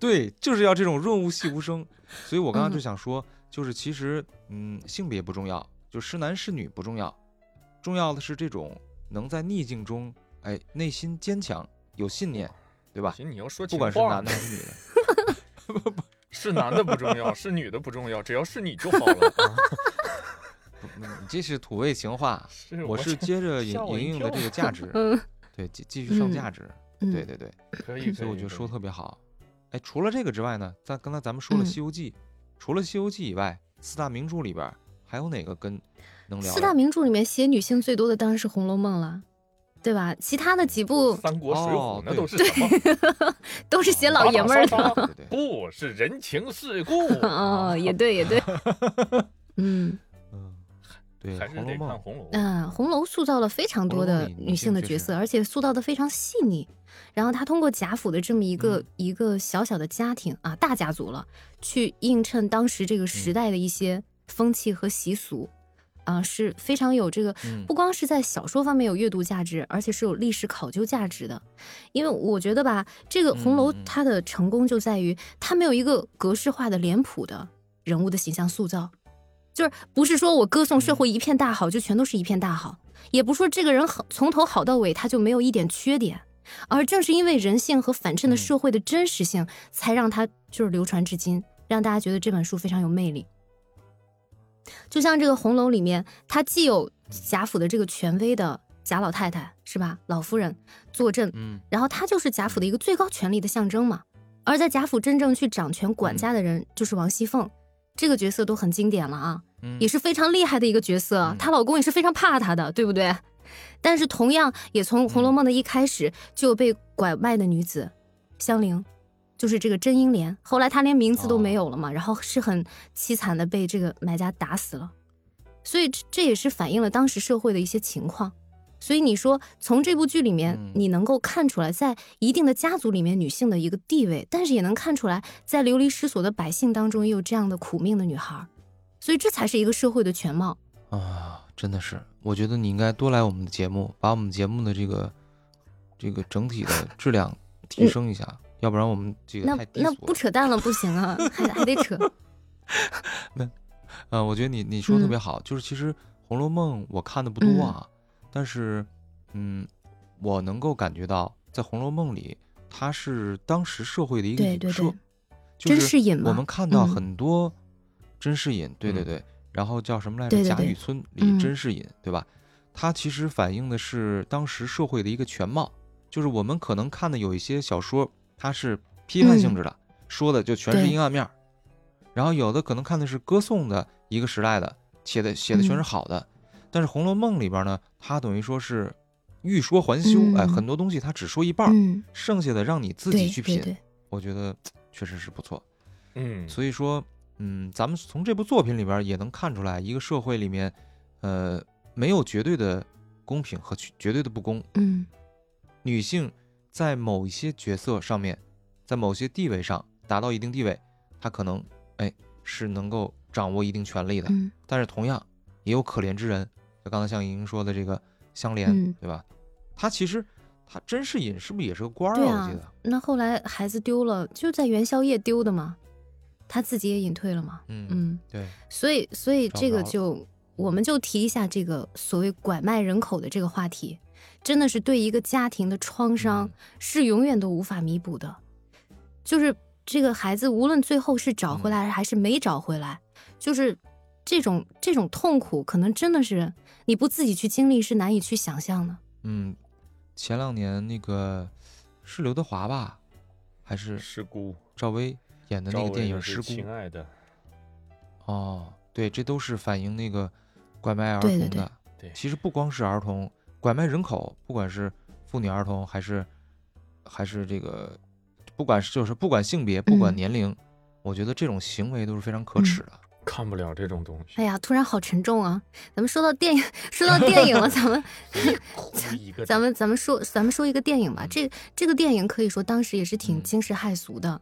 对，就是要这种润物细无声。所以我刚刚就嗯想说，就是其实，嗯，性别不重要，就是男是女不重要，重要的是这种能在逆境中，哎，内心坚强，有信念，对吧其？实你要说不情管是话男的呢还是女的，是男的不重要，是女的不重要，只要是你就好了。啊不你这是土味情 话。是我是接着莹吓我一莹莹的跳这个价值， 嗯对，继继续上嗯价值，嗯，对对对。可以，所以我觉得可说得特别好。哎，除了这个之外呢，在刚才咱们说了嗯《西游记》除了《西游记》以外，四大名著里边儿还有哪个跟能聊聊？四大名著里面写女性最多的当然是《红楼梦》了，对吧？其他的 几部三国水浒哦那对都是什么？都是写老爷们儿的。，的对对对，不是人情 世故啊啊哦，也对，也对。嗯嗯，对，还《是红楼得看《梦》红楼梦》嗯，呃红楼塑造了非常多红楼的梦里女性的角女性确色，实而且塑造的非常细腻。然后她通过贾府的这么一个、嗯一个小小的家庭啊，大家族了，去映衬当时这个嗯时代的一些风气和习俗，啊，是非常有这个嗯不光是在小说方面有阅读价值，而且是有历史考究价值的。因为我觉得吧，这个红楼嗯嗯嗯它的成功就在于它没有一个格式化的脸谱的人物的形象塑造，就是不是说我歌颂嗯社会一片大好就全都是一片大好，也不是说这个人好从头好到尾他就没有一点缺点，而正是因为人性和反衬的嗯社会的真实性，才让它就是流传至今，让大家觉得这本书非常有魅力。就像这个《红楼》里面，它既有贾府的这个权威的贾老太太是吧，老夫人坐镇，嗯，然后她就是贾府的一个最高权力的象征嘛。而在贾府真正去掌权管家的人就是王熙凤，这个角色都很经典了啊，嗯也是非常厉害的一个角色嗯。她老公也是非常怕她的，对不对？但是同样也从《红楼梦》的一开始就被拐卖的女子香菱，就是这个甄英莲，后来她连名字都没有了嘛，然后是很凄惨的被这个买家打死了。所以这这也是反映了当时社会的一些情况。所以你说从这部剧里面嗯，你能够看出来，在一定的家族里面女性的一个地位，但是也能看出来，在流离失所的百姓当中，也有这样的苦命的女孩儿。所以这才是一个社会的全貌。啊，真的是，我觉得你应该多来我们的节目，把我们节目的这个这个整体的质量提嗯升一下，要不然我们这个那太低那俗不了。扯淡了不行啊， 还还得扯。嗯，我觉得你你说的特嗯别好，就是其实《红楼梦》我看的不多啊，但是，嗯，我能够感觉到，在《红楼梦》里，它是当时社会的一个对影对射，对，就甄士隐我嘛们看到嗯很多甄士隐，对对嗯对，然后叫什么来对着？对贾对雨村嗯里甄士隐，对吧？它其实反映的是当时社会的一个全貌，就是我们可能看的有一些小说，它是批判性嗯质的，说的就全是对阴暗面儿，然后有的可能看的是歌颂的一个时代的，写的写的全是嗯好的，但是《红楼梦》里边呢，它等于说是欲说还休，哎，嗯很多东西它只说一半儿，嗯，剩下的让你自己对去对品，对，我觉得确实是不错。嗯，所以说，嗯，咱们从这部作品里边儿也能看出来，一个社会里面，呃，没有绝对的公平和绝绝对的不公。嗯女性在某一些角色上面，在某些地位上达到一定地位，她可能哎是能够掌握一定权利的，嗯但是同样也有可怜之人。就刚才像莹莹说的这个香莲，嗯对吧？她其实她甄士隐是不是也是个官儿对啊？我啊记得，，那后来孩子丢了，就在元宵夜丢的嘛，他自己也隐退了嘛。嗯嗯，对，所以所以找不这个着了就我们就提一下这个所谓拐卖人口的这个话题，真的是对一个家庭的创伤、嗯是永远都无法弥补的。就是这个孩子，无论最后是找嗯回来还是没找回来，就是这种这种痛苦，可能真的是你不自己去经历是难以去想象的。嗯，前两年那个是刘德华吧，还是师姑赵薇演的赵那个薇电影就《是失孤》亲爱的，哦，对，这都是反映那个拐卖儿童对的。对对对其实不光是儿童，拐卖人口，不管是妇女儿童还是还是这个，不管是就是不管性别，不管嗯年龄，我觉得这种行为都是非常可耻的。看不了这种东哎西，呀，突然好沉重啊！咱们说到电影， 说到电影了，咱们 哭一个。咱们咱们说咱们说一个电影吧，这这个电影可以说当时也是挺嗯惊世骇俗的，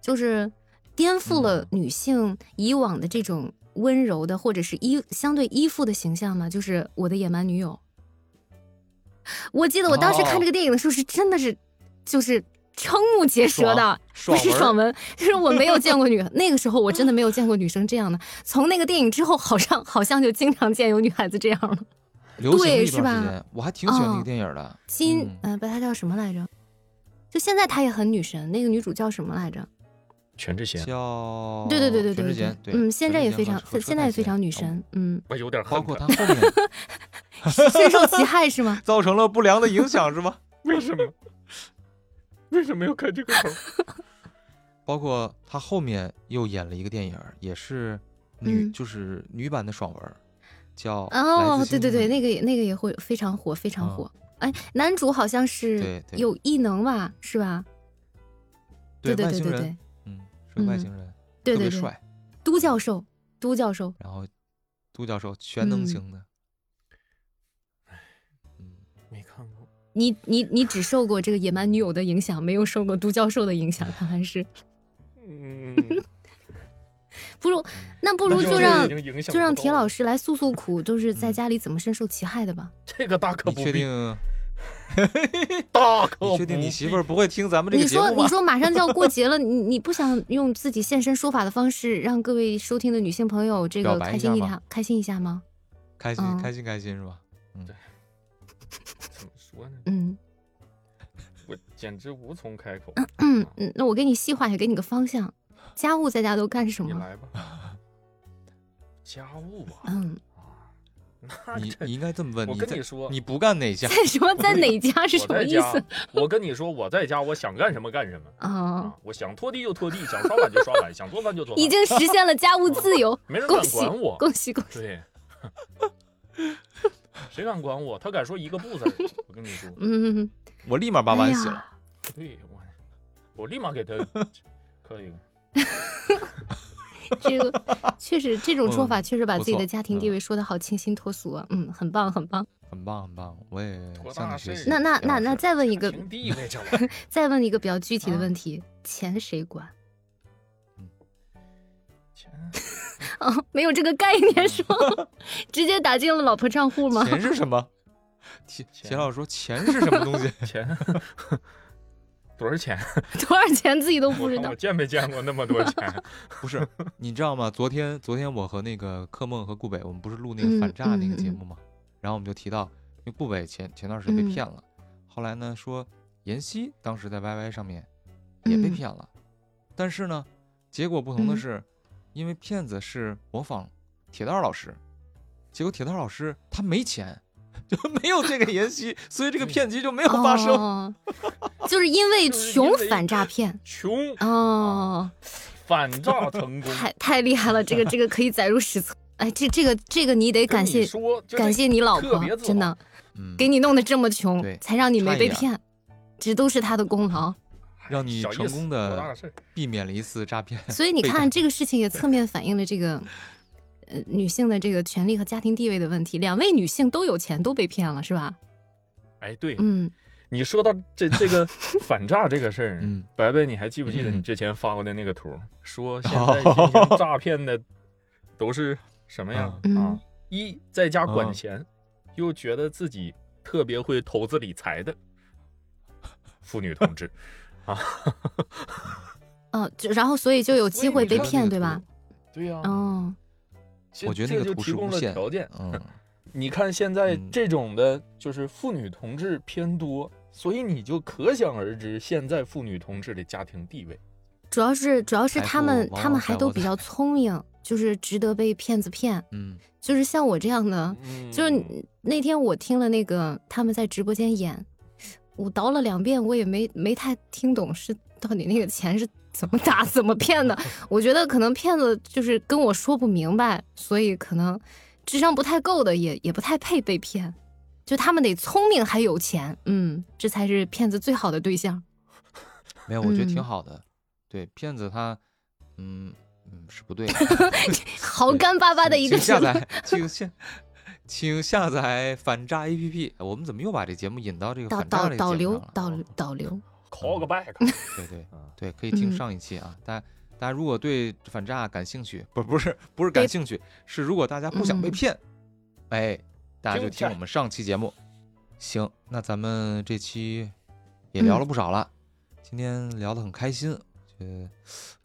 就是颠覆了嗯女性以往的这种温柔的或者是依相对依附的形象嘛，就是我的野蛮女友。我记得我当时哦看这个电影的时候是真的是就是瞠目结舌的， 不爽是文儿爽文，就是我没有见 过女，那个时候我真的没有见过女生这样的。从那个电影之后，好像好像就经常见有女孩子这样了。流行了对一是段吧时间，我还挺喜欢那哦个电影的。金嗯，呃，不，她叫什么来着？就现在她也很女神，那个女主叫什么来着？全智贤，叫对对对对全对智贤对，，对嗯，现在也全智贤非和常车，现在也非常女。车太贤哦啊神，嗯，我有点包恨括他他。后面深受其害是 吗？造成了不良的影响是吗？为什么？为什么要开这 个头？ 包括他后面又演了一个电影儿，也是女，嗯就是女版的爽文儿，叫来哦自，对对星对，星那个也那个也会非常火，非常嗯火。哎，男主好像是对对有异能吧，是吧？对对对外对星对人，对嗯，是个外嗯星人，对对特别对，帅，都教授，都教授，然后杜教授全能嗯型的，嗯，没看 过，你你你只受过这个野蛮女友的影响，没有受过都教授的影响，看来是嗯，不嗯如那不不如就让就就让铁老师师来诉诉苦，就是在啊嗯家里怎么深受其害的吧。这个大可你不确必， 定大可你确定不你必媳妇儿不会听咱们这你个节说目你吗？说马上就要过节了， 你你不想用自己现身说法的方式让各位收听的女性朋友这个表白开一心下一吗下开心一下吗？开心嗯开心开心是吧？怎么说呢？嗯我简直无从开口。嗯啊嗯，那我给你细化一下，给你个方向。家务在家都干什你么？来吧，家务啊， 嗯，啊，那你这你应该这么问，我在跟你说，你不干哪项在？什么在哪家 是我什么在意思哦家？，我跟你说，我在家，我想干什么干什么啊嗯啊，，我想拖地就拖地，想刷碗就刷碗，想做饭就做饭，已，经实现了家务自 由没人恭敢喜管我。恭喜恭喜！对，谁敢管我？他敢说一个不字儿，我跟你说，嗯，我立马把碗洗了哎呀。对我，我立马给 他磕一个。这个确实这种说法确实把嗯不自己错的嗯家庭地位说的好清新脱俗啊，嗯，很棒很棒。很棒很棒，我也多向大你学事习。儿那那田那老那师再问一个，凭地位这 玩意儿，再问一个比较具体的啊问题，钱谁管？钱啊，没有这个概念是吗？啊 直接打进了老婆账户吗？钱是什么？田田钱老师说钱是什么东西？钱多少钱？多少钱自己都不我知看道我。见没见过那么多钱？ 不是，你知道吗？昨天昨天我和那个柯梦和顾北，我们不是录那个嗯反诈那个嗯节嗯目吗？然后我们就提到，因为顾北前前段时间被嗯骗了，后来呢说妍希当时在 YY 上面也被嗯骗了，但是呢，结果不同的嗯是，因为骗子是模仿铁蛋儿老师，结果铁蛋儿老师他没钱， 就没有这个妍希，所以这个对骗局就没有发生。哦，就是因为就是穷因为反诈骗穷哦，反诈成功。太太厉害了，这个这个可以载入史册。哎，这这个这个你得哎感跟谢你说，就是感谢你老特婆别，自豪真的嗯，给你弄得这么穷对，才让你没差一被点骗，这都是他的功劳。让你哎小意成思功地多大个事儿避免了一次诈 骗。所以你被看，动这个事情也侧面反映了这个，呃，女性的这个权利和家庭地位的问题。两位女性都有钱，都被骗了，是吧？哎，对嗯，你说到这 这个反诈这个事儿，嗯，白白，你还记不记得嗯哦你之前发过的那个图？说现在进 行诈骗的都是什么样、嗯啊？一在家嗯管闲，又觉得自己特别会投资理财的妇女同 志，哦，就然后所以就有机会被骗，对吧？？对呀、哦，这我觉得那个这就图提是供无了限条件。 嗯，你看现在嗯这种的，就是妇女同志偏多，所以你就可想而知现在妇女同志的家庭地位。主要是主要是财他富们往他们往还在都我比的较聪明，就是值得被骗子骗。嗯，就是像我这样的，嗯就是那天我听了那个他们在直播间演，我倒了两遍，我也没没太听懂是到底那个钱是怎么打怎么 骗的。我觉得可能骗子就是跟我说不明白，所以可能智商不太够的也也不太配被骗。就他们得聪明还有钱，嗯，这才是骗子最好的对象。没有，我觉得挺嗯好的。对，骗子他，嗯嗯，是不对的。 好对干巴巴的一请个请下人，载，请下，请下载反诈 APP。我们怎么又把这节目引到这个导反诈导这个导节目流上了哦导导流， call 个 back，对对嗯对，可以听嗯上一期啊。大家大家如果对反诈感兴趣，不不是不是对感兴趣，是如果大家不想被嗯骗，哎，大家就听起听来我们上期节目。行，那咱们这期也嗯聊了不少了，今天聊得很开心。呃，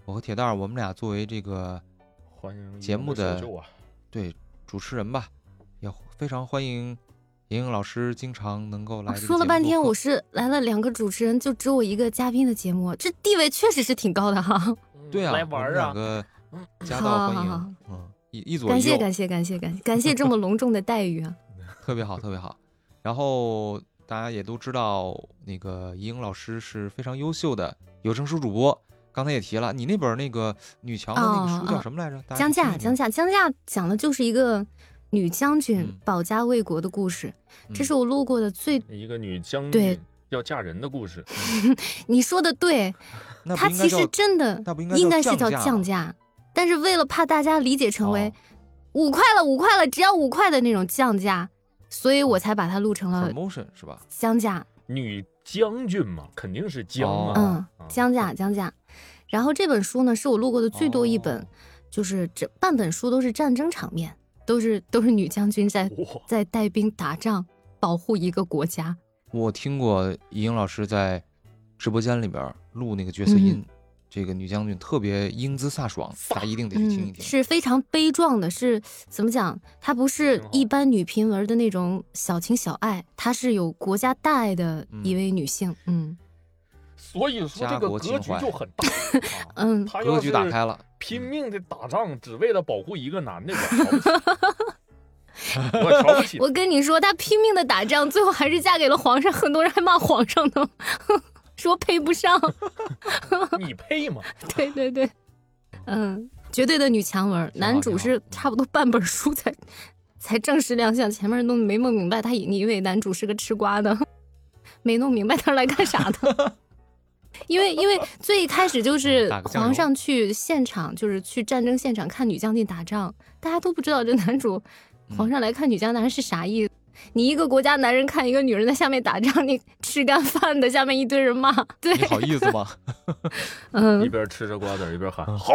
我和铁蛋儿，我们俩作为这个欢迎节目的搜救啊，对主持人吧，也非常欢迎莹莹老师经常能够来这个节目做客。哦说了半天我是来了两个主持人，就只有我一个嘉宾的节目，这地位确实是挺高的哈。嗯对啊，来我玩们儿两啊，个夹嗯好道好欢好迎，嗯，一一左一感谢右，感谢感谢感谢感谢这么隆重的待遇啊！特别好，特别好。然后大家也都知道，那个莹莹老师是非常优秀的有声书主播。刚才也提了，你那本那个女强的那个哦书叫哦什么来着？ 大家去听江夏一江听，夏江夏讲的就是一个女将军嗯保家卫国的故事，嗯这是我录过的最一个女将对军要嫁人的故事，你说的对，那不它应其该叫实真的那不应该应叫该是叫降价降吗价，但是为了怕大家理解成为哦五块了，五块了，只要五块的那种降价，所哦以我才把它录成了 promotion 是吧？降价。女将军嘛，肯定是将哦啊，嗯啊，降价降价。然后这本书呢，是我录过的最多一本，哦就是这半本书都是战争场面，都是都是女将军在哇，在带兵打仗，保护一个国家。我听过莹莹老师在直播间里边录那个角色嗯音，这个女将军特别英姿飒爽，大家一定得去听一嗯，听。是非常悲壮的，是怎么讲？它不是挺好一般女评文的那种小情小爱，她是有国家大爱的一位女性。嗯所以说这家个国格情局怀就很 大，啊嗯，她要格局打是开了，拼命的打仗，只为了保护一个男的，我瞧 不起，我 瞧不起我跟你说，她拼命的打仗，最后还是嫁给了皇上，很多人还骂皇上呢， 说配不上。你配吗？ 对对对，嗯，绝对的女强文儿，挺好男主挺好是差不多半本书才 才正式亮相，前面都没弄明白，他以为男主是个吃瓜的， 没弄明白他是来干啥的。 因为因为最一开始就 是打个酱油皇上去现场，就是去战争现场看女将军打仗，大家都不知道这男主嗯皇上来看女将军是啥意思。你一个国家男人看一个女人在下面打仗，你吃干饭的下面一堆人骂， 对，你好意思吗？ 嗯，一边吃着瓜子儿一边喊嗯好，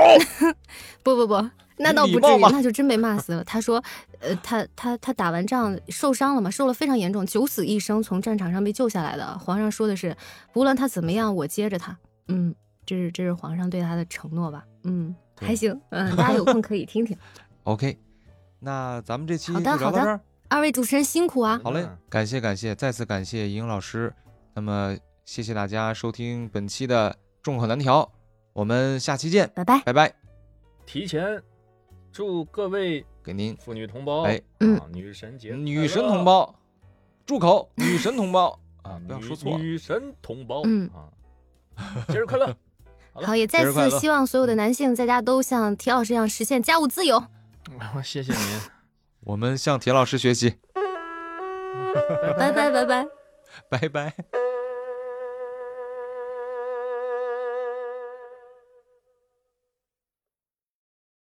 不不不，那你倒礼不至貌于，吗那就真被骂死了。他说，呃，他他他打完仗受伤了嘛，受了非常严重，九死一生从战场上被救下来的。皇上说的是，无论他怎么样，我接着他。嗯，这是这是皇上对他的承诺吧？嗯，对还行，嗯，大家有空可以 听听。 OK，那咱们这期就好的聊到好的这儿。二位主持人辛苦啊！好嘞嗯，感谢感谢，再次感谢莹莹老师。那么谢谢大家收听本期的众口难调，我们下期见，拜拜。拜拜，提前祝各位给您妇女同胞，哎嗯啊，女神节快乐，女神同胞，住口，女神同胞啊，不要女说错了，女神同胞，嗯啊，节日快乐，好了好，也再节日快次乐希望所有的男性在家都像铁老师一样实现家务自由。谢谢您，我们向铁老师学习，拜拜拜拜。拜拜。